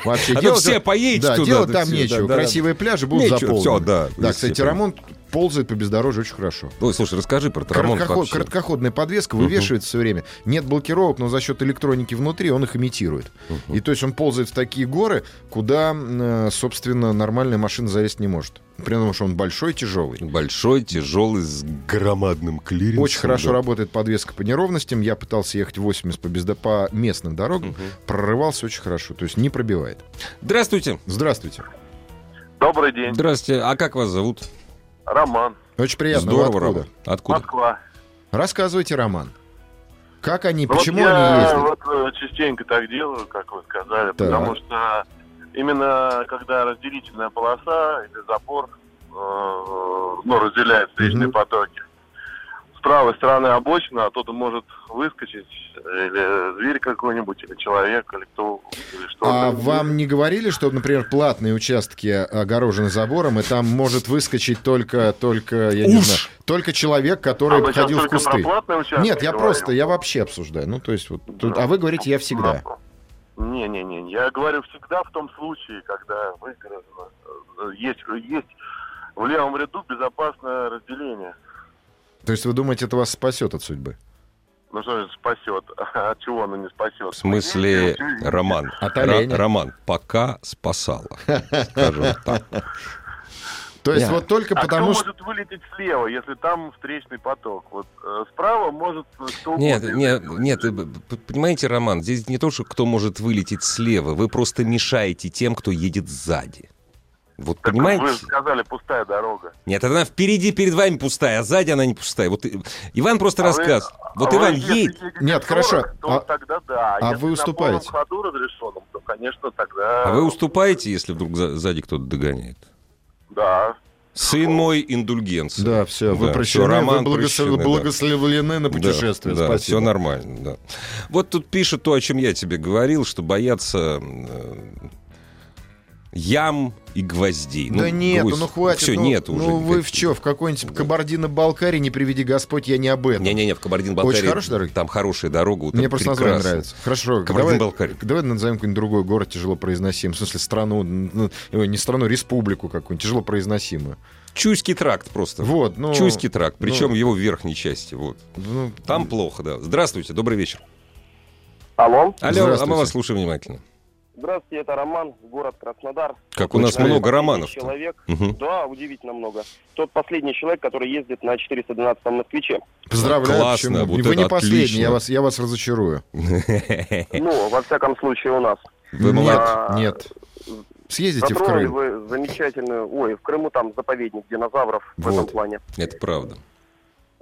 [SPEAKER 2] Вообще.
[SPEAKER 1] А то
[SPEAKER 2] делать-
[SPEAKER 1] все поедете
[SPEAKER 2] Да,
[SPEAKER 1] туда,
[SPEAKER 2] делать
[SPEAKER 1] да
[SPEAKER 2] там
[SPEAKER 1] все,
[SPEAKER 2] нечего.
[SPEAKER 1] да, да,
[SPEAKER 2] Красивые пляжи будут
[SPEAKER 1] Нечего,
[SPEAKER 2] заполнены.
[SPEAKER 1] всё, да.
[SPEAKER 2] Да,
[SPEAKER 1] Если
[SPEAKER 2] кстати,
[SPEAKER 1] прям-
[SPEAKER 2] Рамон ползает по бездорожью очень хорошо.
[SPEAKER 1] Ой, слушай, расскажи про Тарамон
[SPEAKER 2] Короткоход-
[SPEAKER 1] вообще.
[SPEAKER 2] короткоходная подвеска вывешивается все время. Нет блокировок, но за счет электроники внутри он их имитирует. И то есть он ползает в такие горы, куда, э, собственно, нормальная машина залезть не может. При том, что он большой, тяжелый.
[SPEAKER 1] Большой, тяжелый, с громадным клиренсом.
[SPEAKER 2] Очень хорошо
[SPEAKER 1] да.
[SPEAKER 2] работает подвеска по неровностям. Я пытался ехать 80 по, бездо- по местным дорогам. Прорывался очень хорошо. То есть не пробивает.
[SPEAKER 1] Здравствуйте.
[SPEAKER 2] Здравствуйте.
[SPEAKER 4] Добрый день,
[SPEAKER 1] Здравствуйте. А как вас зовут?
[SPEAKER 4] Роман,
[SPEAKER 2] Очень приятно. Вы
[SPEAKER 1] Здорово,
[SPEAKER 2] откуда?
[SPEAKER 1] Роман. Откуда?
[SPEAKER 4] Москва.
[SPEAKER 2] Рассказывайте, Роман. Как они,
[SPEAKER 4] Ну,
[SPEAKER 2] почему
[SPEAKER 4] вот
[SPEAKER 2] они
[SPEAKER 4] я
[SPEAKER 2] ездят?
[SPEAKER 4] вот э, частенько так делаю, как вы сказали,
[SPEAKER 2] Так.
[SPEAKER 4] потому что именно когда разделительная полоса или запор, э, ну, разделяет встречные
[SPEAKER 2] Мгм.
[SPEAKER 4] потоки, с правой стороны обочина, а то может выскочить или зверь какой-нибудь, или человек, или кто, или что.
[SPEAKER 2] А вам не говорили, что, например, платные участки огорожены забором, и там может выскочить только, только, я не
[SPEAKER 1] Уж.
[SPEAKER 2] знаю, только человек,
[SPEAKER 4] А
[SPEAKER 2] который
[SPEAKER 4] вы сейчас
[SPEAKER 2] ходил в
[SPEAKER 4] только про
[SPEAKER 2] кусты?
[SPEAKER 4] платный участок
[SPEAKER 2] Нет, я
[SPEAKER 4] говорим?
[SPEAKER 2] просто, я вообще обсуждаю. Ну, то есть, вот, тут- а вы говорите, я всегда.
[SPEAKER 4] Не-не-не, я говорю всегда в том случае, когда выгорожено. э, Есть, есть в левом ряду безопасное разделение.
[SPEAKER 2] То есть вы думаете, это вас спасет от судьбы?
[SPEAKER 4] Ну что же спасет? От чего оно не спасет?
[SPEAKER 1] В смысле, Роман.
[SPEAKER 2] От оленя.
[SPEAKER 1] Ра- Роман, пока спасала. Скажем так.
[SPEAKER 2] То есть
[SPEAKER 1] Я.
[SPEAKER 2] вот только
[SPEAKER 4] А
[SPEAKER 2] потому,
[SPEAKER 4] кто
[SPEAKER 2] что...
[SPEAKER 4] может вылететь слева, если там встречный поток? Вот э, справа может э, кто
[SPEAKER 1] Нет,
[SPEAKER 4] угодно.
[SPEAKER 1] нет, нет, э, п- п- понимаете, Роман, здесь не то, что кто может вылететь слева, вы просто мешаете тем, кто едет сзади. Вот
[SPEAKER 4] Так
[SPEAKER 1] понимаете?
[SPEAKER 4] Вы же сказали, пустая дорога.
[SPEAKER 1] Нет, она впереди перед вами пустая, а сзади она не пустая. Вот э, Иван просто
[SPEAKER 4] А вы-
[SPEAKER 1] рассказывает.
[SPEAKER 4] а
[SPEAKER 1] Вот
[SPEAKER 4] вы,
[SPEAKER 1] Иван
[SPEAKER 4] если
[SPEAKER 1] едет.
[SPEAKER 4] едете
[SPEAKER 2] Нет,
[SPEAKER 4] 40,
[SPEAKER 2] хорошо.
[SPEAKER 4] то
[SPEAKER 2] А-
[SPEAKER 4] тогда да.
[SPEAKER 2] а
[SPEAKER 4] Если
[SPEAKER 2] вы
[SPEAKER 4] на
[SPEAKER 2] уступаете?
[SPEAKER 4] полном ходу разрешенном, то, конечно, тогда...
[SPEAKER 1] А вы уступаете, если вдруг за- сзади кто-то догоняет?
[SPEAKER 4] Да.
[SPEAKER 1] Сын мой, индульгенция.
[SPEAKER 2] Да, все, вы
[SPEAKER 1] Да,
[SPEAKER 2] прощены,
[SPEAKER 1] всё, Роман
[SPEAKER 2] вы благос-
[SPEAKER 1] прощены, да.
[SPEAKER 2] благословлены на путешествие.
[SPEAKER 1] Да, все
[SPEAKER 2] Спасибо.
[SPEAKER 1] нормально, да. Вот тут пишет то, о чем я тебе говорил, что боятся э, ям и гвоздей.
[SPEAKER 2] да нет, ну хватит.
[SPEAKER 1] Все,
[SPEAKER 2] ну,
[SPEAKER 1] нет
[SPEAKER 2] ну
[SPEAKER 1] уже.
[SPEAKER 2] вы в чё, в какой-нибудь Кабардино-Балкарии не приведи Господь, я не об этом.
[SPEAKER 1] Не-не-не, в Кабардино-Балкарии.
[SPEAKER 2] Очень хорошая дорога?
[SPEAKER 1] Там хорошая дорога. вот
[SPEAKER 2] Мне
[SPEAKER 1] это
[SPEAKER 2] просто
[SPEAKER 1] прекрасно.
[SPEAKER 2] название нравится. Хорошо, давай,
[SPEAKER 1] Кабардино-Балкария.
[SPEAKER 2] давай назовем какой-нибудь другой город тяжело произносимый. В смысле, страну, н- н- ой, не страну, республику какую-нибудь тяжело произносимую.
[SPEAKER 1] Чуйский тракт просто.
[SPEAKER 2] Вот, ну...
[SPEAKER 1] Чуйский тракт,
[SPEAKER 2] ну.
[SPEAKER 1] причем его в верхней части. Вот.
[SPEAKER 2] ну,
[SPEAKER 1] Там плохо, да. Здравствуйте, добрый вечер.
[SPEAKER 5] Алло.
[SPEAKER 1] Алло, а мы
[SPEAKER 2] Здравствуйте.
[SPEAKER 1] вас слушаем внимательно.
[SPEAKER 5] Здравствуйте, это Роман, город Краснодар.
[SPEAKER 1] Как у нас
[SPEAKER 5] Наверное,
[SPEAKER 1] много
[SPEAKER 5] последний
[SPEAKER 1] романов.
[SPEAKER 5] Человек. Да, удивительно много. Тот последний человек, который ездит на 412 москвиче.
[SPEAKER 2] Поздравляю,
[SPEAKER 1] Классно,
[SPEAKER 2] почему?
[SPEAKER 1] вот
[SPEAKER 2] Вы
[SPEAKER 1] это
[SPEAKER 2] не последний, я
[SPEAKER 1] отлично.
[SPEAKER 2] вас, я вас разочарую.
[SPEAKER 1] Э.
[SPEAKER 5] Ну, во всяком случае, у нас.
[SPEAKER 1] Вы
[SPEAKER 2] нет,
[SPEAKER 5] молодец.
[SPEAKER 2] нет. Съездите в
[SPEAKER 5] Затронули
[SPEAKER 2] Крым.
[SPEAKER 5] вы замечательную... Ой, в Крыму там заповедник динозавров в
[SPEAKER 1] Вот.
[SPEAKER 5] этом плане.
[SPEAKER 1] Это правда.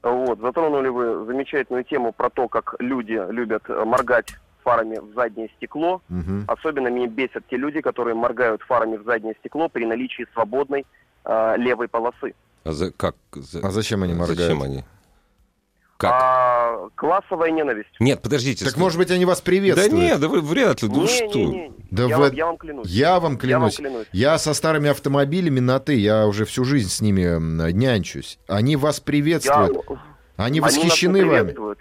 [SPEAKER 5] Вот, затронули вы замечательную тему про то, как люди любят э, моргать фарами в заднее стекло.
[SPEAKER 2] Мгм.
[SPEAKER 5] Особенно меня бесят те люди, которые моргают фарами в заднее стекло при наличии свободной э, левой полосы.
[SPEAKER 1] А за- как? за-
[SPEAKER 2] А зачем они моргают?
[SPEAKER 1] Зачем они? Как?
[SPEAKER 5] А, классовая ненависть.
[SPEAKER 1] Нет, подождите.
[SPEAKER 2] Так
[SPEAKER 1] стой.
[SPEAKER 2] может быть они вас
[SPEAKER 1] Да
[SPEAKER 2] приветствуют?
[SPEAKER 1] нет, да вы вряд ли. Ну
[SPEAKER 5] Не,
[SPEAKER 1] что?
[SPEAKER 5] не, не.
[SPEAKER 2] Да
[SPEAKER 5] я,
[SPEAKER 2] вы-
[SPEAKER 5] вам, я вам клянусь.
[SPEAKER 2] Я вам клянусь.
[SPEAKER 5] Я вам клянусь.
[SPEAKER 2] Я со старыми автомобилями на ты, я уже всю жизнь с ними м, нянчусь. Они вас
[SPEAKER 5] Я-
[SPEAKER 2] приветствуют, они
[SPEAKER 5] они нас не
[SPEAKER 2] восхищены вами.
[SPEAKER 5] приветствуют.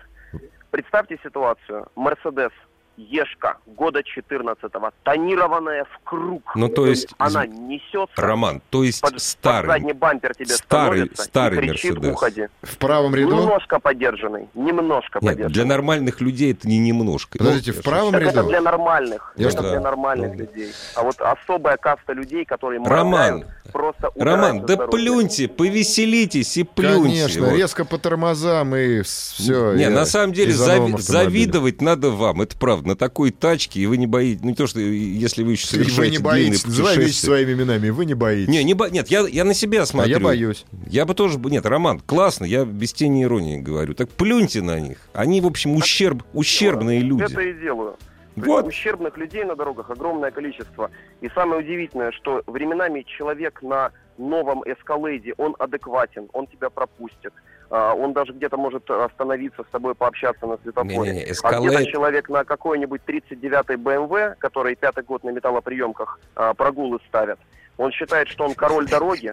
[SPEAKER 5] Представьте ситуацию. Мерседес Ешка года 14-го, тонированная в круг.
[SPEAKER 1] Ну, то есть,
[SPEAKER 5] Она
[SPEAKER 1] из-
[SPEAKER 5] несется.
[SPEAKER 1] Роман, то есть
[SPEAKER 5] под, под
[SPEAKER 1] старый.
[SPEAKER 5] задний бампер тебе
[SPEAKER 1] старый-
[SPEAKER 5] становится
[SPEAKER 1] старый
[SPEAKER 5] и кричит
[SPEAKER 1] «Мерседес».
[SPEAKER 5] «Уходи».
[SPEAKER 2] В правом ряду?
[SPEAKER 5] Немножко подержанный. Немножко
[SPEAKER 1] Нет,
[SPEAKER 5] подержанный.
[SPEAKER 1] для нормальных людей это не немножко.
[SPEAKER 2] Подождите, в
[SPEAKER 1] Ну,
[SPEAKER 2] правом
[SPEAKER 5] Так это
[SPEAKER 2] ряду?
[SPEAKER 5] для нормальных.
[SPEAKER 2] Я
[SPEAKER 5] это
[SPEAKER 1] что- Ну.
[SPEAKER 5] для нормальных людей. А вот особая каста людей, которые
[SPEAKER 1] Роман,
[SPEAKER 5] моргают, просто умирают
[SPEAKER 1] Роман,
[SPEAKER 5] со
[SPEAKER 1] да
[SPEAKER 5] здоровья.
[SPEAKER 1] плюньте, повеселитесь и плюньте.
[SPEAKER 2] Конечно,
[SPEAKER 1] Вот.
[SPEAKER 2] резко по тормозам и все.
[SPEAKER 1] Не, на самом деле зави- завидовать надо вам, это правда. На такой тачке и вы не боитесь, ну не то что, если вы еще совершаете
[SPEAKER 2] Вы не боитесь,
[SPEAKER 1] длинные
[SPEAKER 2] называй вещи
[SPEAKER 1] путешествия.
[SPEAKER 2] своими именами, вы не боитесь.
[SPEAKER 1] Не, не бо- нет, я, я на себя
[SPEAKER 2] а
[SPEAKER 1] смотрю.
[SPEAKER 2] я боюсь.
[SPEAKER 1] Я бы тоже... б- Нет, Роман, классно, я без тени иронии говорю. Так плюньте на них. Они, в общем, ущерб, ущербные люди.
[SPEAKER 5] Это и делаю. То есть
[SPEAKER 1] Вот.
[SPEAKER 5] Ущербных людей на дорогах огромное количество. И самое удивительное, что временами человек на новом эскалейде, он адекватен, он тебя пропустит. А, Он даже где-то может остановиться с тобой, пообщаться на светофоре.
[SPEAKER 1] Не-не-не,
[SPEAKER 5] А где-то
[SPEAKER 1] Escalade-
[SPEAKER 5] человек на какой-нибудь 39-й BMW, эм который пятый год на металлоприемках а, прогулы ставят, он считает, что он король дороги.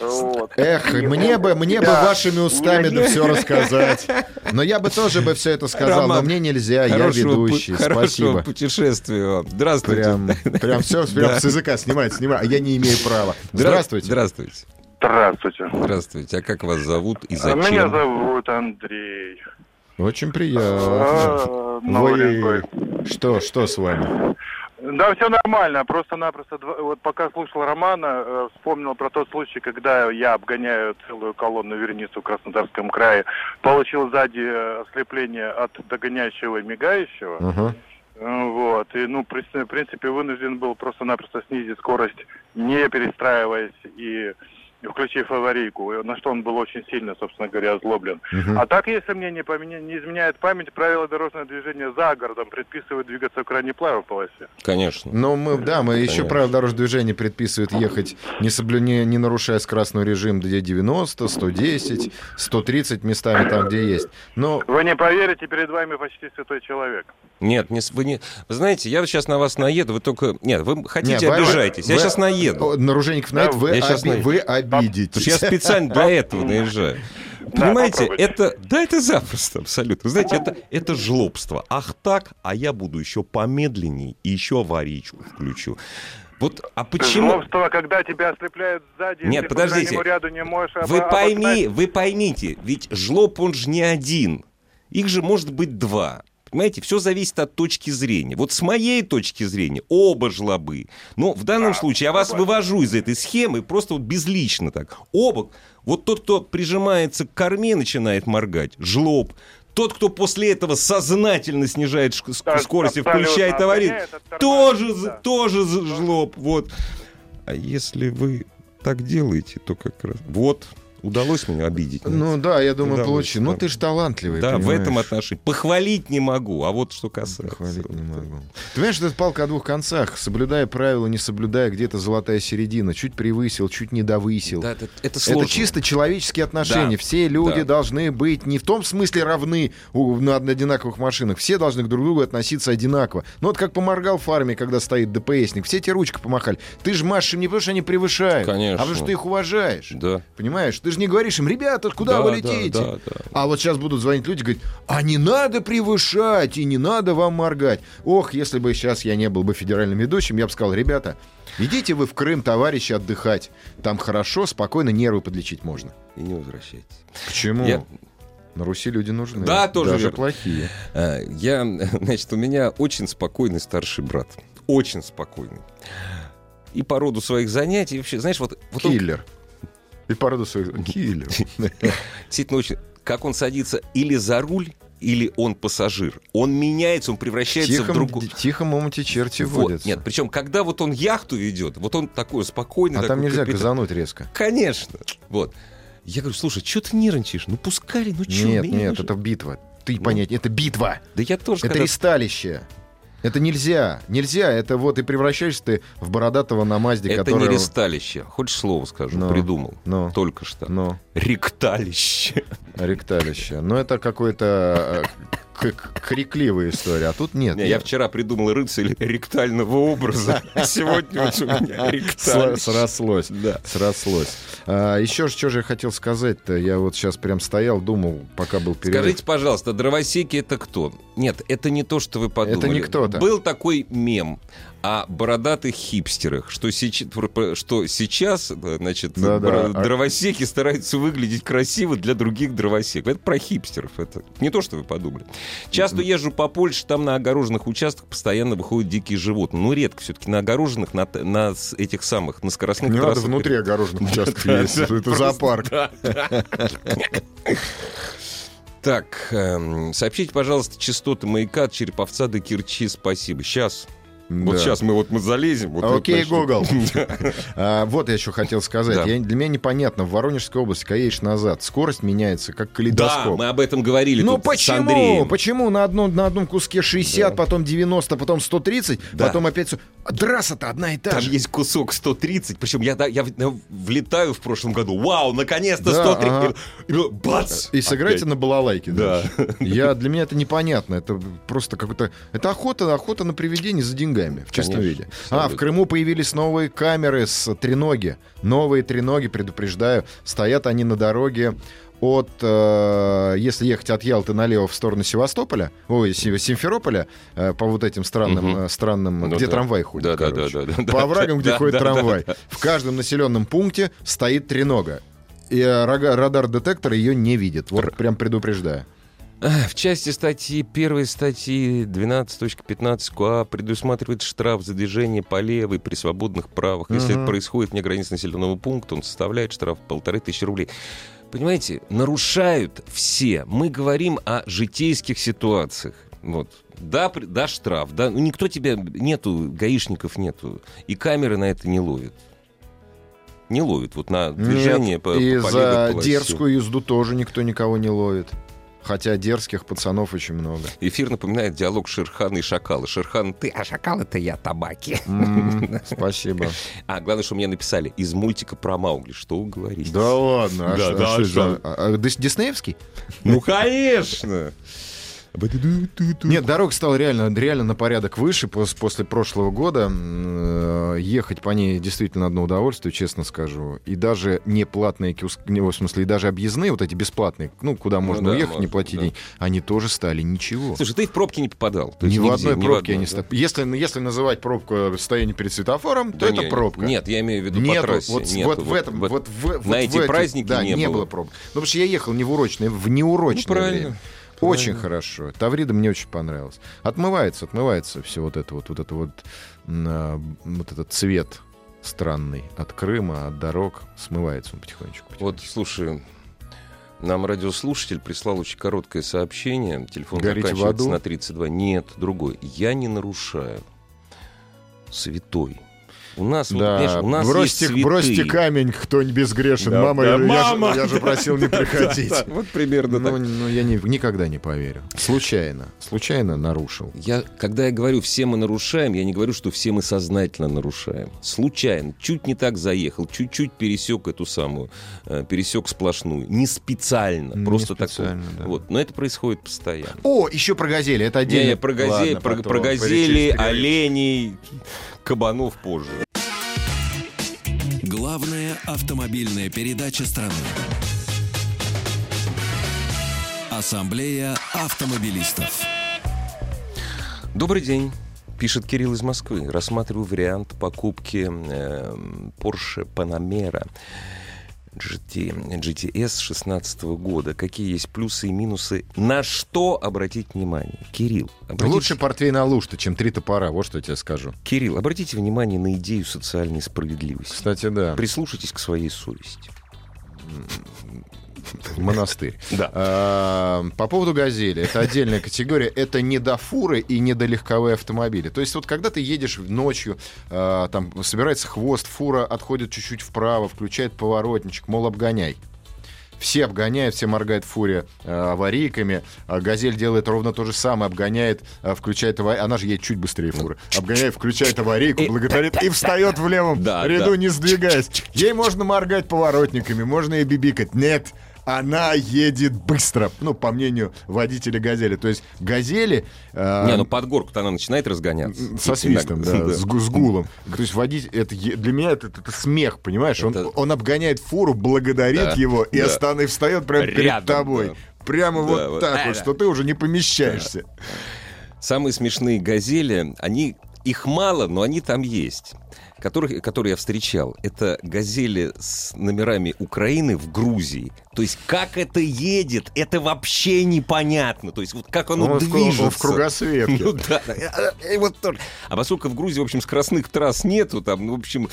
[SPEAKER 5] Вот.
[SPEAKER 2] Эх,
[SPEAKER 5] И
[SPEAKER 2] мне
[SPEAKER 5] он
[SPEAKER 2] бы, мне бы
[SPEAKER 5] тебя
[SPEAKER 2] вашими устами да
[SPEAKER 5] ненавидит.
[SPEAKER 2] все рассказать. Но я бы тоже бы все это сказал, но
[SPEAKER 1] Роман,
[SPEAKER 2] мне нельзя, я
[SPEAKER 1] Хорошего пу-
[SPEAKER 2] ведущий.
[SPEAKER 1] хорошего
[SPEAKER 2] Спасибо.
[SPEAKER 1] путешествия вам. Здравствуйте.
[SPEAKER 2] Прям, прям все,
[SPEAKER 1] Да.
[SPEAKER 2] с языка снимает, снимает. А я не имею права.
[SPEAKER 1] Здра-
[SPEAKER 2] Здравствуйте.
[SPEAKER 1] Здравствуйте.
[SPEAKER 4] Здравствуйте.
[SPEAKER 1] Здравствуйте. А как вас зовут и
[SPEAKER 4] А
[SPEAKER 1] зачем?
[SPEAKER 4] Меня зовут Андрей.
[SPEAKER 2] Очень
[SPEAKER 4] А,
[SPEAKER 2] приятно.
[SPEAKER 4] Новоленской.
[SPEAKER 2] Вы... Что, что с вами?
[SPEAKER 4] Да, все нормально. Просто-напросто, дв- вот пока слушал Романа, э, вспомнил про тот случай, когда я обгоняю целую колонну верницу в Краснодарском крае, получил сзади э, ослепление от догоняющего и мигающего.
[SPEAKER 2] Ага.
[SPEAKER 4] Э, Вот. И, ну, при- в принципе, вынужден был просто-напросто снизить скорость, не перестраиваясь и включив аварийку, на что он был очень сильно, собственно говоря, озлоблен.
[SPEAKER 2] Мгм.
[SPEAKER 4] А так, если мне не, поменя- не изменяет память, правила дорожного движения за городом предписывают двигаться в крайне плавой полосе.
[SPEAKER 1] Конечно.
[SPEAKER 2] Ну, мы, да, мы еще
[SPEAKER 1] Конечно.
[SPEAKER 2] правила дорожного движения предписывают ехать, не, соблю... не, не нарушая скоростной режим, где 90, 110, 130 местами там, где есть. Но
[SPEAKER 4] Вы не поверите, перед вами почти святой человек.
[SPEAKER 1] Нет, не, с- вы не... Вы знаете, я сейчас на вас наеду, вы только... Нет, вы хотите,
[SPEAKER 2] Не, вы-
[SPEAKER 1] обижаетесь. Я
[SPEAKER 2] вы-
[SPEAKER 1] сейчас наеду.
[SPEAKER 2] о, наруженников на это вы,
[SPEAKER 1] я щас
[SPEAKER 2] оби-
[SPEAKER 1] на-
[SPEAKER 2] вы
[SPEAKER 1] Потому что я
[SPEAKER 2] обидитесь.
[SPEAKER 1] специально для этого наезжаю.
[SPEAKER 4] Да,
[SPEAKER 1] Понимаете,
[SPEAKER 4] попробуйте.
[SPEAKER 1] это... Да, это запросто абсолютно. Вы знаете, это, это жлобство. Ах так, а я буду еще помедленней и еще аварийку включу. Вот, а почему?
[SPEAKER 4] Жлобство, когда тебя ослепляют сзади,
[SPEAKER 1] Нет,
[SPEAKER 4] ты по
[SPEAKER 1] подождите.
[SPEAKER 4] крайнему ряду не можешь а обо-
[SPEAKER 1] Вы пойми,
[SPEAKER 4] обогнать.
[SPEAKER 1] вы поймите, ведь жлоб он же не один. Их же может быть два. Понимаете, все зависит от точки зрения. Вот с моей точки зрения оба жлобы. Но в данном случае я вас вывожу из этой схемы просто вот безлично так. Оба. Вот тот, кто прижимается к корме, начинает моргать. Жлоб. Тот, кто после этого сознательно снижает шк- ск-
[SPEAKER 4] Да,
[SPEAKER 1] скорость и
[SPEAKER 4] абсолютно А
[SPEAKER 1] включает аварийный,
[SPEAKER 4] обгоняет, оттормаживает,
[SPEAKER 1] тоже, за-
[SPEAKER 4] да.
[SPEAKER 1] тоже за- жлоб. Вот. А если вы так делаете, то как раз... Вот, удалось меня обидеть.
[SPEAKER 2] Ну да, я думаю,
[SPEAKER 1] Да,
[SPEAKER 2] получи.
[SPEAKER 1] вот,
[SPEAKER 2] Ну
[SPEAKER 1] да.
[SPEAKER 2] ты ж талантливый,
[SPEAKER 1] да, в
[SPEAKER 2] понимаешь?
[SPEAKER 1] этом отношении. Похвалить не могу, а вот что касается.
[SPEAKER 2] Хвалить не
[SPEAKER 1] вот,
[SPEAKER 2] могу. Ты понимаешь, что это палка о двух концах. Соблюдая правила, не соблюдая, где-то золотая середина. Чуть превысил, чуть не довысил.
[SPEAKER 1] Да, это, это
[SPEAKER 2] Это
[SPEAKER 1] сложно.
[SPEAKER 2] чисто человеческие отношения.
[SPEAKER 1] Да.
[SPEAKER 2] Все люди
[SPEAKER 1] Да.
[SPEAKER 2] должны быть не в том смысле равны у- на одинаковых машинах. Все должны друг к другу относиться одинаково. Ну вот как поморгал в фарме, когда стоит ДПСник. Все тебе ручку помахали. Ты же машешь им не потому, что они превышают, а
[SPEAKER 1] Конечно.
[SPEAKER 2] потому, что ты их уважаешь.
[SPEAKER 1] Да.
[SPEAKER 2] Понимаешь? Ты же не говоришь им, ребята, куда
[SPEAKER 1] Да,
[SPEAKER 2] вы
[SPEAKER 1] да,
[SPEAKER 2] летите?
[SPEAKER 1] да, да.
[SPEAKER 2] А вот сейчас будут звонить люди и говорить, а не надо превышать, и не надо вам моргать. Ох, если бы сейчас я не был бы федеральным ведущим, я бы сказал, ребята, идите вы в Крым, товарищи, отдыхать. Там хорошо, спокойно, нервы подлечить можно.
[SPEAKER 1] И не возвращайтесь.
[SPEAKER 2] Почему?
[SPEAKER 1] Я-
[SPEAKER 2] На Руси люди нужны.
[SPEAKER 1] Да, тоже
[SPEAKER 2] Даже
[SPEAKER 1] верно.
[SPEAKER 2] плохие.
[SPEAKER 1] А, Я, значит, у меня очень спокойный старший брат. Очень спокойный. И по роду своих занятий, и вообще, знаешь, вот, вот он
[SPEAKER 2] Киллер. И по роду своих... Киллер.
[SPEAKER 1] действительно очень... Как он садится или за руль, или он пассажир. Он меняется, он превращается в
[SPEAKER 2] Тихом,
[SPEAKER 1] другого.
[SPEAKER 2] тихом омуте черти
[SPEAKER 1] Вот,
[SPEAKER 2] водятся.
[SPEAKER 1] Нет, причем, когда вот он яхту ведет, вот он такой спокойный.
[SPEAKER 2] А
[SPEAKER 1] такой
[SPEAKER 2] там нельзя
[SPEAKER 1] капитан.
[SPEAKER 2] газануть резко.
[SPEAKER 1] Конечно. Вот. Я говорю, слушай, что ты нервничаешь? Ну пускай, ну что?
[SPEAKER 2] нет, нет, это битва. Ты
[SPEAKER 1] Ну.
[SPEAKER 2] понять, это битва.
[SPEAKER 1] Да я тоже
[SPEAKER 2] Это
[SPEAKER 1] когда-
[SPEAKER 2] ристалище. Это нельзя. Нельзя. Это вот и превращаешься ты в бородатого на Мазде,
[SPEAKER 1] Это
[SPEAKER 2] который...
[SPEAKER 1] не ресталище. Хочешь слово скажу?
[SPEAKER 2] Ну,
[SPEAKER 1] Придумал.
[SPEAKER 2] ну.
[SPEAKER 1] Только что.
[SPEAKER 2] Ну,
[SPEAKER 1] Ректалище.
[SPEAKER 2] ректалище. Но это какой-то э, к- к- крикливая история. А тут нет.
[SPEAKER 1] Не, я вчера придумал рыцарь ректального образа. Сегодня вот у меня
[SPEAKER 2] Сла-
[SPEAKER 1] ректалище.
[SPEAKER 2] Срослось.
[SPEAKER 1] Да.
[SPEAKER 2] Срослось. А, еще что же я хотел сказать-то? Я вот сейчас прям стоял, думал, пока был перерыв.
[SPEAKER 1] Скажите, пожалуйста, дровосеки это кто? Нет, это не то, что вы подумали.
[SPEAKER 2] не кто-то.
[SPEAKER 1] Был такой мем о бородатых хипстерах, что, сеч- что сейчас, значит,
[SPEAKER 2] Да-да.
[SPEAKER 1] бро-
[SPEAKER 2] А-
[SPEAKER 1] дровосеки стараются выглядеть красиво для других дровосеков. Это про хипстеров, это не то, что вы подумали. Часто езжу по Польше, там на огороженных участках постоянно выходят дикие животные. Ну, редко все-таки на огороженных, на, т- на с- этих самых, на скоростных
[SPEAKER 2] Не надо
[SPEAKER 1] трассах.
[SPEAKER 2] внутри огороженных участков ездить. Это
[SPEAKER 1] Просто-
[SPEAKER 2] зоопарк.
[SPEAKER 1] да, да. Так, эм, сообщите, пожалуйста, частоты маяка от Череповца до Кирчи. Спасибо. Сейчас. Вот
[SPEAKER 2] Да.
[SPEAKER 1] сейчас мы вот мы залезем. вот
[SPEAKER 2] Окей,
[SPEAKER 1] это начнем.
[SPEAKER 2] Google. А, вот я еще хотел сказать.
[SPEAKER 1] Да.
[SPEAKER 2] Я- для меня непонятно. В Воронежской области, когда едешь назад, скорость меняется, как
[SPEAKER 1] Да,
[SPEAKER 2] калейдоскоп.
[SPEAKER 1] мы об этом говорили
[SPEAKER 2] ну
[SPEAKER 1] тут с
[SPEAKER 2] почему?
[SPEAKER 1] Андреем.
[SPEAKER 2] Почему на одном, на одном куске 60,
[SPEAKER 1] Да.
[SPEAKER 2] потом 90, потом 130,
[SPEAKER 1] Да.
[SPEAKER 2] потом опять... су- А Драсса-то одна и та
[SPEAKER 1] Там
[SPEAKER 2] же.
[SPEAKER 1] есть кусок 130, причем я, да, я в- я влетаю в прошлом году. Вау, наконец-то
[SPEAKER 2] Да,
[SPEAKER 1] 130.
[SPEAKER 2] ага.
[SPEAKER 1] И- и- бац!
[SPEAKER 2] И сыграйте
[SPEAKER 1] Опять.
[SPEAKER 2] на балалайке.
[SPEAKER 1] Да.
[SPEAKER 2] дальше. Я, для меня это непонятно. Это просто какой-то... Это охота, охота на привидение за деньгами, в честном
[SPEAKER 1] Конечно,
[SPEAKER 2] виде. А,
[SPEAKER 1] абсолютно.
[SPEAKER 2] в Крыму появились новые камеры с треноги. Новые треноги, предупреждаю. Стоят они на дороге от, э, если ехать от Ялты налево в сторону Севастополя, ой, Сев- Симферополя, э, по вот этим странным,
[SPEAKER 1] Мгм.
[SPEAKER 2] э, странным,
[SPEAKER 1] Ну
[SPEAKER 2] где
[SPEAKER 1] да.
[SPEAKER 2] трамвай ходит,
[SPEAKER 1] Да, да,
[SPEAKER 2] короче.
[SPEAKER 1] да, да, да.
[SPEAKER 2] по оврагам, где
[SPEAKER 1] Да,
[SPEAKER 2] ходит
[SPEAKER 1] да, да,
[SPEAKER 2] трамвай.
[SPEAKER 1] да.
[SPEAKER 2] В каждом населенном пункте стоит тренога. И э, рага- радар-детектор ее не видит. Вот прям предупреждаю.
[SPEAKER 1] В части статьи первой статьи 12.15 КОА предусматривает штраф за движение по левой при свободных правах. Если
[SPEAKER 2] Мгм.
[SPEAKER 1] это происходит вне границ населенного пункта, он составляет штраф полторы тысячи рублей. Понимаете, нарушают все. Мы говорим о житейских ситуациях. Вот. Да, при- да, штраф, да. Ну, никто тебя нету, гаишников нету. И камеры на это не ловят. Не ловят. Вот на движение
[SPEAKER 2] Нет,
[SPEAKER 1] по,
[SPEAKER 2] и
[SPEAKER 1] по
[SPEAKER 2] за
[SPEAKER 1] левой полосе.
[SPEAKER 2] дерзкую езду тоже никто никого не ловит. Хотя дерзких пацанов очень много.
[SPEAKER 1] Эфир напоминает диалог Шерхана и Шакала. Шерхан, ты, а Шакал это я, табаки.
[SPEAKER 2] М, Спасибо.
[SPEAKER 1] А главное, что мне написали из мультика про Маугли. Что вы говорите?
[SPEAKER 2] Да ладно. а
[SPEAKER 1] Да,
[SPEAKER 2] что-
[SPEAKER 1] да,
[SPEAKER 2] а что это
[SPEAKER 1] что?
[SPEAKER 2] за- а, а, дис- Диснеевский?
[SPEAKER 1] Ну, конечно!
[SPEAKER 2] Нет, дорога стала реально, реально на порядок выше пос- после прошлого года. М, э, Ехать по ней действительно одно удовольствие, честно скажу. И даже не платные киоск- не, в смысле, и даже объездные, вот эти бесплатные, ну, куда
[SPEAKER 1] да,
[SPEAKER 2] можно уехать, не
[SPEAKER 1] можно,
[SPEAKER 2] платить
[SPEAKER 1] да.
[SPEAKER 2] деньги, они тоже стали ничего.
[SPEAKER 1] Слушай, ты в пробки не попадал. То
[SPEAKER 2] ни
[SPEAKER 1] есть
[SPEAKER 2] в
[SPEAKER 1] нигде,
[SPEAKER 2] одной
[SPEAKER 1] ни в
[SPEAKER 2] пробке я не
[SPEAKER 1] да?
[SPEAKER 2] стоп- Если, если называть пробку стояние перед светофором, то
[SPEAKER 1] Да
[SPEAKER 2] это
[SPEAKER 1] не,
[SPEAKER 2] пробка.
[SPEAKER 1] Нет, я имею в виду
[SPEAKER 2] Нету,
[SPEAKER 1] по трассе.
[SPEAKER 2] вот,
[SPEAKER 1] Нету,
[SPEAKER 2] вот в этом, вот, в, вот
[SPEAKER 1] на эти
[SPEAKER 2] в эти-
[SPEAKER 1] праздники
[SPEAKER 2] да,
[SPEAKER 1] не было.
[SPEAKER 2] пробок. Ну, потому что я ехал не в урочное, в неурочное
[SPEAKER 1] Ну, правильно,
[SPEAKER 2] время. Очень хорошо. Таврида мне очень понравилась. Отмывается, отмывается все вот это вот, вот это вот, м, а, вот этот цвет странный от Крыма, от дорог смывается он потихонечку.
[SPEAKER 1] Вот, слушай, нам радиослушатель прислал очень короткое сообщение. Телефон
[SPEAKER 2] Горите в
[SPEAKER 1] заканчивается
[SPEAKER 2] аду?
[SPEAKER 1] на 32. Нет, другой. Я не нарушаю. Святой. У нас, вот,
[SPEAKER 2] Да,
[SPEAKER 1] понимаешь, у нас
[SPEAKER 2] бросьте,
[SPEAKER 1] есть святые.
[SPEAKER 2] бросьте камень, кто не безгрешен.
[SPEAKER 1] Да,
[SPEAKER 2] мама,
[SPEAKER 1] да,
[SPEAKER 2] я, же-
[SPEAKER 1] мама!
[SPEAKER 2] Я, же, я же просил не приходить.
[SPEAKER 1] Да, Вот примерно
[SPEAKER 2] Ну,
[SPEAKER 1] так.
[SPEAKER 2] ну, я не- никогда не поверю. Случайно. Случайно нарушил.
[SPEAKER 1] Я, когда я говорю «все мы нарушаем», я не говорю, что все мы сознательно нарушаем. Случайно. Чуть не так заехал, чуть-чуть пересек эту самую, э, пересек сплошную. Не специально,
[SPEAKER 2] Не
[SPEAKER 1] просто
[SPEAKER 2] специально,
[SPEAKER 1] такое.
[SPEAKER 2] да.
[SPEAKER 1] Вот. Но это происходит постоянно.
[SPEAKER 2] О, еще про газели. Это
[SPEAKER 1] Не,
[SPEAKER 2] отдельно.
[SPEAKER 1] не, про, газе-
[SPEAKER 2] Ладно,
[SPEAKER 1] про-
[SPEAKER 2] потом
[SPEAKER 1] про
[SPEAKER 2] полетели
[SPEAKER 1] газели,
[SPEAKER 2] вперед.
[SPEAKER 1] оленей, кабанов позже.
[SPEAKER 3] Главная автомобильная передача страны. Ассамблея автомобилистов.
[SPEAKER 1] Добрый день. Пишет Кирилл из Москвы. Рассматриваю вариант покупки э, Porsche Panamera GT, GTS 16 года. Какие есть плюсы и минусы? На что обратить внимание? Кирилл, обратите-
[SPEAKER 2] Лучше портвейн Алушта, чем три топора. Вот что я тебе скажу.
[SPEAKER 1] Кирилл, обратите внимание на идею социальной справедливости.
[SPEAKER 2] Кстати, да.
[SPEAKER 1] Прислушайтесь к своей совести.
[SPEAKER 2] в монастырь.
[SPEAKER 1] Да.
[SPEAKER 2] А, По поводу «Газели». Это отдельная категория. Это не до фуры и не до легковые автомобили. То есть вот когда ты едешь ночью, а, там собирается хвост, фура отходит чуть-чуть вправо, включает поворотничек, мол, обгоняй. Все обгоняют, все моргают фуре а, аварийками. А «Газель» делает ровно то же самое. Обгоняет, а, включает аварийку. Она же едет чуть быстрее фуры. Обгоняет, включает аварийку, благодарит и встает в левом
[SPEAKER 1] Да,
[SPEAKER 2] ряду,
[SPEAKER 1] да.
[SPEAKER 2] не сдвигаясь. Ей можно моргать поворотниками, можно и бибикать. Нет, она едет быстро. Ну, по мнению водителя «Газели». То есть «Газели» э,
[SPEAKER 1] Не, ну под горку-то она начинает разгоняться.
[SPEAKER 2] со свистом,
[SPEAKER 1] Иногда.
[SPEAKER 2] да, С, гу- с гулом. То есть водитель, это, е- для меня это, это смех, понимаешь? Он,
[SPEAKER 1] Это-
[SPEAKER 2] он обгоняет фуру, благодарит
[SPEAKER 1] Да,
[SPEAKER 2] его и
[SPEAKER 1] да.
[SPEAKER 2] останов встает прямо перед
[SPEAKER 1] Рядом,
[SPEAKER 2] тобой.
[SPEAKER 1] да.
[SPEAKER 2] Прямо
[SPEAKER 1] Да,
[SPEAKER 2] вот,
[SPEAKER 1] вот Э,
[SPEAKER 2] так
[SPEAKER 1] это.
[SPEAKER 2] вот, что ты уже не помещаешься.
[SPEAKER 1] Самые смешные газели, они их мало, но они там есть. Которых, которые я встречал, это газели с номерами Украины в Грузии. То есть как это едет, это вообще непонятно. То есть вот как оно
[SPEAKER 2] Ну, Он в кру- он
[SPEAKER 1] движется.
[SPEAKER 2] в кругосветке.
[SPEAKER 1] Ну да. Э, э, вот тоже. А поскольку в Грузии, в общем, скоростных трасс нету, там, ну, в общем,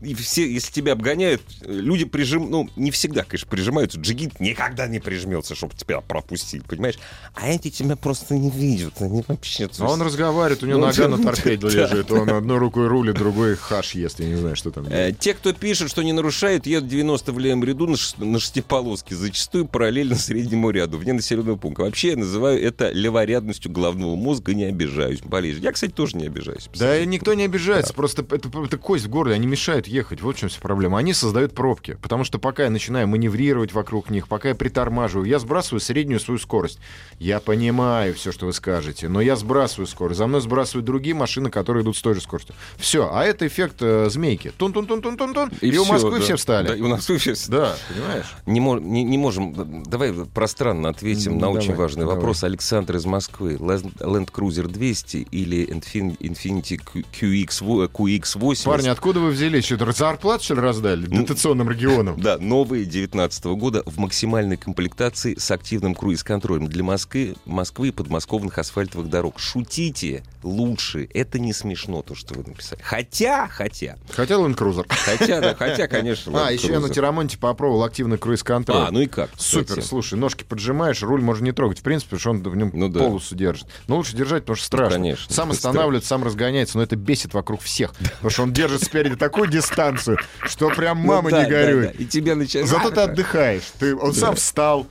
[SPEAKER 1] и все, если тебя обгоняют, э, люди прижим, ну, не всегда, конечно, прижимаются. Джигит никогда не прижмется, чтобы тебя пропустить, понимаешь? А эти тебя просто не видят, они вообще... то
[SPEAKER 2] А он
[SPEAKER 1] есть-
[SPEAKER 2] разговаривает, у него
[SPEAKER 1] Ну,
[SPEAKER 2] нога на
[SPEAKER 1] да,
[SPEAKER 2] торпеде
[SPEAKER 1] да.
[SPEAKER 2] лежит. Он одной рукой рулит, другой хаш ест. Я не знаю, что там.
[SPEAKER 1] Э, Те, кто пишет, что не нарушают, едут 90 в левом ряду на, ш- на шестиполоске, зачастую параллельно среднему ряду, вне населенного пункта. Вообще я называю это леворядностью головного мозга, не обижаюсь. Болезнь. Я, кстати, тоже не обижаюсь.
[SPEAKER 2] Да и никто не обижается, просто это, это кость в горле, они мешают ехать, вот в чем вся проблема. Они создают пробки, потому что пока я начинаю маневрировать вокруг них, пока я притормаживаю, я сбрасываю среднюю свою скорость. Я понимаю все, что вы скажете, но я сбрасываю скорость, за мной сбрасывают другие машины, которые идут с той же скоростью. Все, а это эффект э, змейки. Тун-тун-тун-тун-тун, и, у
[SPEAKER 1] всё,
[SPEAKER 2] Москвы
[SPEAKER 1] да.
[SPEAKER 2] все встали.
[SPEAKER 1] Да, и у нас все
[SPEAKER 2] Да, понимаешь?
[SPEAKER 1] Не, мо- не- не можем. Давай пространно ответим
[SPEAKER 2] Ну,
[SPEAKER 1] на
[SPEAKER 2] давай,
[SPEAKER 1] очень важный
[SPEAKER 2] давай.
[SPEAKER 1] вопрос. Александр из Москвы. Лаз- Land Cruiser 200 или Infin- Infiniti Q- QX, во- QX80.
[SPEAKER 2] Парни, а- откуда вы взялись? Что-то зарплату, что ли, раздали?
[SPEAKER 1] Ну,
[SPEAKER 2] Дотационным регионам.
[SPEAKER 1] Да, новые 19 года в максимальной комплектации с активным круиз-контролем для Москвы, Москвы и подмосковных асфальтовых дорог. Шутите лучше. Это не смешно, то, что вы написали. Хотя, хотя.
[SPEAKER 2] Хотя Land Cruiser.
[SPEAKER 1] Хотя, да, хотя, конечно.
[SPEAKER 2] А,
[SPEAKER 1] Land
[SPEAKER 2] еще я на
[SPEAKER 1] Cruiser.
[SPEAKER 2] Терамонте попробовал активный круиз-контроль.
[SPEAKER 1] А, ну и как? кстати?
[SPEAKER 2] Супер, слушай, ножки поджимаешь, руль можно не трогать, в принципе, потому что он в нем
[SPEAKER 1] Ну да. Ну,
[SPEAKER 2] полосу держит. Но лучше держать, потому что страшно.
[SPEAKER 1] конечно,
[SPEAKER 2] сам
[SPEAKER 1] это
[SPEAKER 2] останавливается, сам разгоняется, но это бесит вокруг всех. Потому что он держит спереди такую дистанцию, что прям
[SPEAKER 1] Ну
[SPEAKER 2] мама
[SPEAKER 1] да,
[SPEAKER 2] не
[SPEAKER 1] да,
[SPEAKER 2] горюет.
[SPEAKER 1] да. И тебя начинает...
[SPEAKER 2] Зато ты отдыхаешь. Ты, он сам встал,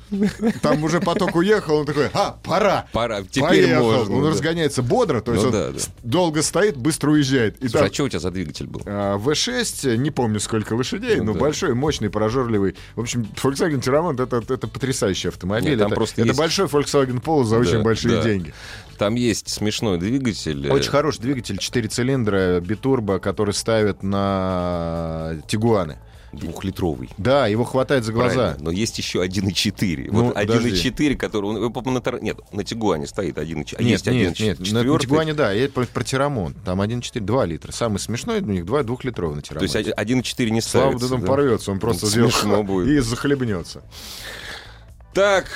[SPEAKER 2] там уже поток уехал, он такой, а, пора.
[SPEAKER 1] Пора, теперь
[SPEAKER 2] Поехал.
[SPEAKER 1] можно,
[SPEAKER 2] Он
[SPEAKER 1] да.
[SPEAKER 2] разгоняется бодро, то есть
[SPEAKER 1] Ну
[SPEAKER 2] он
[SPEAKER 1] да, да.
[SPEAKER 2] долго стоит, быстро уезжает. И
[SPEAKER 1] Слушай,
[SPEAKER 2] там
[SPEAKER 1] а что у тебя за двигатель? двигатель был?
[SPEAKER 2] А, V6, не помню сколько лошадей,
[SPEAKER 1] Ну
[SPEAKER 2] но
[SPEAKER 1] да.
[SPEAKER 2] большой, мощный, прожорливый. В общем, Volkswagen Tyrannot это, это потрясающий автомобиль.
[SPEAKER 1] Нет, там
[SPEAKER 2] это,
[SPEAKER 1] просто
[SPEAKER 2] это
[SPEAKER 1] есть-
[SPEAKER 2] большой Volkswagen Polo за
[SPEAKER 1] Да,
[SPEAKER 2] очень большие
[SPEAKER 1] да.
[SPEAKER 2] деньги.
[SPEAKER 1] Там есть смешной двигатель. э,
[SPEAKER 2] Очень хороший двигатель, 4 цилиндра, битурбо, который ставят на Тигуаны.
[SPEAKER 1] Двухлитровый.
[SPEAKER 2] Да, его хватает за глаза.
[SPEAKER 1] Правильно, но есть еще 1,4.
[SPEAKER 2] Ну,
[SPEAKER 1] вот
[SPEAKER 2] подожди.
[SPEAKER 1] 1,4, который... он- его, по-моему, на Тар- Нет, на Тигуане стоит 1,4. а есть
[SPEAKER 2] Нет, нет,
[SPEAKER 1] 1,4.
[SPEAKER 2] нет, на- на Тигуане, да, я про, про Тирамон. Там 1,4, 2 литра. Самый смешной у них 2 двухлитровый на
[SPEAKER 1] То
[SPEAKER 2] Тирамоне.
[SPEAKER 1] есть 1,4 не
[SPEAKER 2] Слава
[SPEAKER 1] ставится.
[SPEAKER 2] богу, он
[SPEAKER 1] да?
[SPEAKER 2] порвется, он просто
[SPEAKER 1] Смешно
[SPEAKER 2] зверху
[SPEAKER 1] будет.
[SPEAKER 2] и захлебнется.
[SPEAKER 1] Так,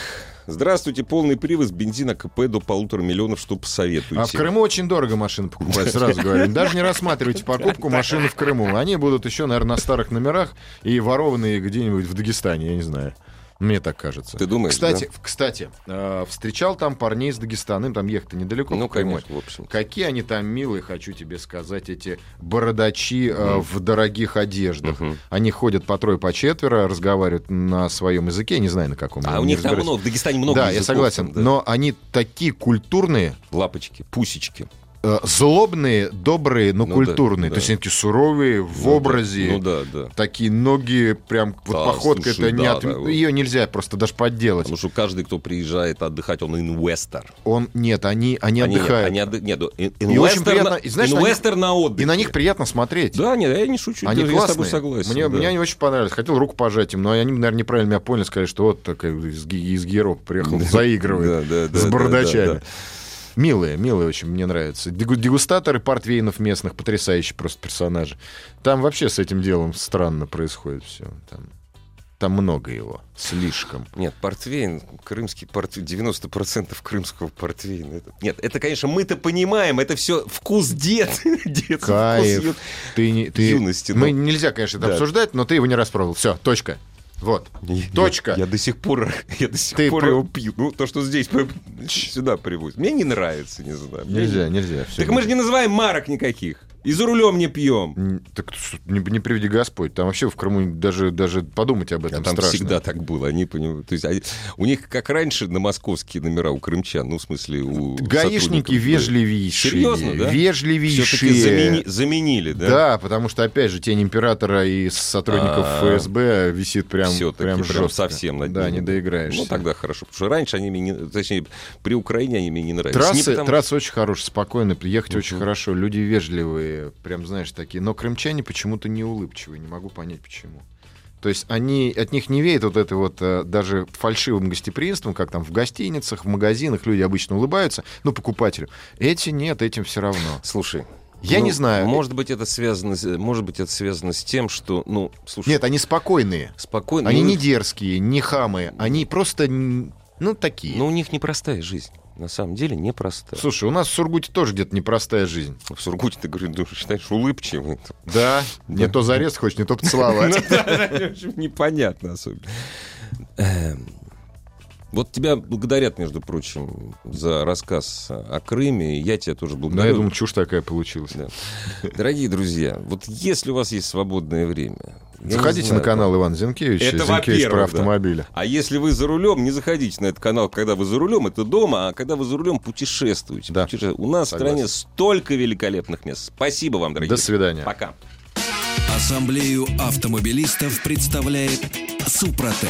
[SPEAKER 1] здравствуйте, полный привоз бензина КП до полутора миллионов, что посоветуете?
[SPEAKER 2] А в Крыму очень дорого машины покупать, сразу говорю. Даже не рассматривайте покупку машины в Крыму. Они будут еще, наверное, на старых номерах и ворованные где-нибудь в Дагестане, я не знаю. Мне так кажется.
[SPEAKER 1] Ты думаешь,
[SPEAKER 2] Кстати, в- кстати э, встречал там парней из Дагестана, им там ехать-то недалеко.
[SPEAKER 1] Ну,
[SPEAKER 2] в Крыму.
[SPEAKER 1] конечно, в общем.
[SPEAKER 2] Какие они там милые, хочу тебе сказать, эти бородачи э, в дорогих одеждах.
[SPEAKER 1] Мгм.
[SPEAKER 2] Они ходят по трое, по четверо, разговаривают на своем языке, не знаю на каком. я
[SPEAKER 1] А у
[SPEAKER 2] Ну, не
[SPEAKER 1] них там
[SPEAKER 2] разбираюсь.
[SPEAKER 1] много, в Дагестане много
[SPEAKER 2] да, я
[SPEAKER 1] языков,
[SPEAKER 2] согласен.
[SPEAKER 1] там, да.
[SPEAKER 2] Но они такие культурные,
[SPEAKER 1] Лапочки, пусечки.
[SPEAKER 2] э, злобные, добрые,
[SPEAKER 1] Ну
[SPEAKER 2] но
[SPEAKER 1] да,
[SPEAKER 2] культурные.
[SPEAKER 1] да.
[SPEAKER 2] То есть они такие суровые,
[SPEAKER 1] Ну
[SPEAKER 2] в
[SPEAKER 1] да,
[SPEAKER 2] образе.
[SPEAKER 1] Ну да, да.
[SPEAKER 2] Такие ноги, прям вот
[SPEAKER 1] Да,
[SPEAKER 2] походка,
[SPEAKER 1] слушай,
[SPEAKER 2] это не
[SPEAKER 1] да,
[SPEAKER 2] от...
[SPEAKER 1] да, вот.
[SPEAKER 2] Ее нельзя просто даже подделать.
[SPEAKER 1] Потому что каждый, кто приезжает отдыхать, он инвестор.
[SPEAKER 2] Он, нет, они, они,
[SPEAKER 1] Они-
[SPEAKER 2] отдыхают.
[SPEAKER 1] они отды- Нет, ин-
[SPEAKER 2] И очень
[SPEAKER 1] инвестор
[SPEAKER 2] приятно-
[SPEAKER 1] на-
[SPEAKER 2] и знаешь,
[SPEAKER 1] инвестор на отдыхе.
[SPEAKER 2] И на них приятно смотреть.
[SPEAKER 1] Да, нет, я не шучу.
[SPEAKER 2] Они
[SPEAKER 1] даже я с
[SPEAKER 2] классные.
[SPEAKER 1] тобой согласен.
[SPEAKER 2] Мне,
[SPEAKER 1] да.
[SPEAKER 2] мне они очень понравились. Хотел руку пожать им, но они, наверное, неправильно меня поняли. Сказали, что вот такая из, Ги- из Гейропа приехал, заигрывает
[SPEAKER 1] Да, да, да,
[SPEAKER 2] с
[SPEAKER 1] да,
[SPEAKER 2] бородачами.
[SPEAKER 1] да, да.
[SPEAKER 2] Милые, милые очень, мне нравятся. Дегу- Дегустаторы портвейнов местных, потрясающие просто персонажи. Там вообще с этим делом странно происходит все. Там, там много его, слишком.
[SPEAKER 1] Нет, портвейн, крымский портвейн, 90% крымского портвейна. это- Нет, это, конечно, мы-то понимаем, это все вкус дед. детский вкус
[SPEAKER 2] Кайф.
[SPEAKER 1] ю-
[SPEAKER 2] Ты, не- ты...
[SPEAKER 1] Юности,
[SPEAKER 2] Мы
[SPEAKER 1] ну.
[SPEAKER 2] нельзя, конечно, это
[SPEAKER 1] Да.
[SPEAKER 2] обсуждать, но ты его не распробовал. Все, точка. Вот.
[SPEAKER 1] Я-
[SPEAKER 2] Точка.
[SPEAKER 1] Я, до сих пор, я до сих
[SPEAKER 2] Ты
[SPEAKER 1] пор
[SPEAKER 2] про-
[SPEAKER 1] его пью. Ну, то, что здесь п- сюда привозят. Мне не нравится, не знаю. Мне
[SPEAKER 2] Нельзя, нельзя. всё.
[SPEAKER 1] не- Так мы же не называем марок никаких. И за рулем не пьем.
[SPEAKER 2] Н- Так с- не, не приведи Господь. Там вообще в Крыму даже, даже подумать об этом
[SPEAKER 1] А там
[SPEAKER 2] страшно.
[SPEAKER 1] всегда так было. Они, поним- то есть, они- у них, как раньше, на московские номера у крымчан, ну, в смысле, у
[SPEAKER 2] Гаишники
[SPEAKER 1] сотрудников, да.
[SPEAKER 2] вежливейшие.
[SPEAKER 1] Серьезно, да?
[SPEAKER 2] Вежливейшие.
[SPEAKER 1] Все-таки замени- заменили,
[SPEAKER 2] Да?
[SPEAKER 1] да?
[SPEAKER 2] потому что, опять же, тень императора и сотрудников
[SPEAKER 1] А.
[SPEAKER 2] ФСБ висит прям,
[SPEAKER 1] Все-таки прям,
[SPEAKER 2] прям жестко.
[SPEAKER 1] совсем над
[SPEAKER 2] Да,
[SPEAKER 1] ними.
[SPEAKER 2] не доиграешься.
[SPEAKER 1] Ну, тогда хорошо. Потому что раньше они мне не... Точнее, при Украине они мне не нравились. Не
[SPEAKER 2] Трассы,
[SPEAKER 1] потому-
[SPEAKER 2] трассы очень хорошие, спокойные, приехать
[SPEAKER 1] Мгм.
[SPEAKER 2] очень хорошо, люди вежливые, прям, знаешь, такие. Но крымчане почему-то не улыбчивые, не могу понять почему. То есть они, от них не веет вот это вот э, даже фальшивым гостеприимством, как там в гостиницах, в магазинах люди обычно улыбаются, ну, покупателю. Эти нет, этим все равно.
[SPEAKER 1] Слушай,
[SPEAKER 2] Я
[SPEAKER 1] ну,
[SPEAKER 2] не знаю.
[SPEAKER 1] Может быть, это связано, с- может быть, это связано с тем, что, ну, слушай,
[SPEAKER 2] Нет, они спокойные.
[SPEAKER 1] спокойно.
[SPEAKER 2] Они
[SPEAKER 1] ну,
[SPEAKER 2] не дерзкие, не хамы, они просто, н- ну, такие.
[SPEAKER 1] Но у них непростая жизнь. На самом деле непростая.
[SPEAKER 2] Слушай, у нас в Сургуте тоже где-то непростая жизнь.
[SPEAKER 1] В Сургуте, ты, говорю, ну, считаешь, улыбчивый.
[SPEAKER 2] Да, не
[SPEAKER 1] Да.
[SPEAKER 2] то зарез хочешь, не то поцеловать.
[SPEAKER 1] Ну да, в общем, Непонятно особенно. Эм, Вот тебя благодарят, между прочим, за рассказ о Крыме. и Я тебя тоже
[SPEAKER 2] Да, Ну, я
[SPEAKER 1] благодарю.
[SPEAKER 2] думаю, чушь такая получилась.
[SPEAKER 1] Да. Дорогие друзья, вот если у вас есть свободное время... я не
[SPEAKER 2] Заходите
[SPEAKER 1] знаю,
[SPEAKER 2] на канал Иван Зинкевич.
[SPEAKER 1] Это
[SPEAKER 2] Зинкевич про
[SPEAKER 1] во-первых, да.
[SPEAKER 2] автомобили.
[SPEAKER 1] А если вы за рулем, не заходите на этот канал, когда вы за рулем, это дома, а когда вы за рулем, путешествуйте.
[SPEAKER 2] Да.
[SPEAKER 1] Путеше- У нас
[SPEAKER 2] Согласен.
[SPEAKER 1] в стране столько великолепных мест. Спасибо вам, дорогие.
[SPEAKER 2] До свидания.
[SPEAKER 1] Пока.
[SPEAKER 3] Ассамблею автомобилистов представляет Супротек.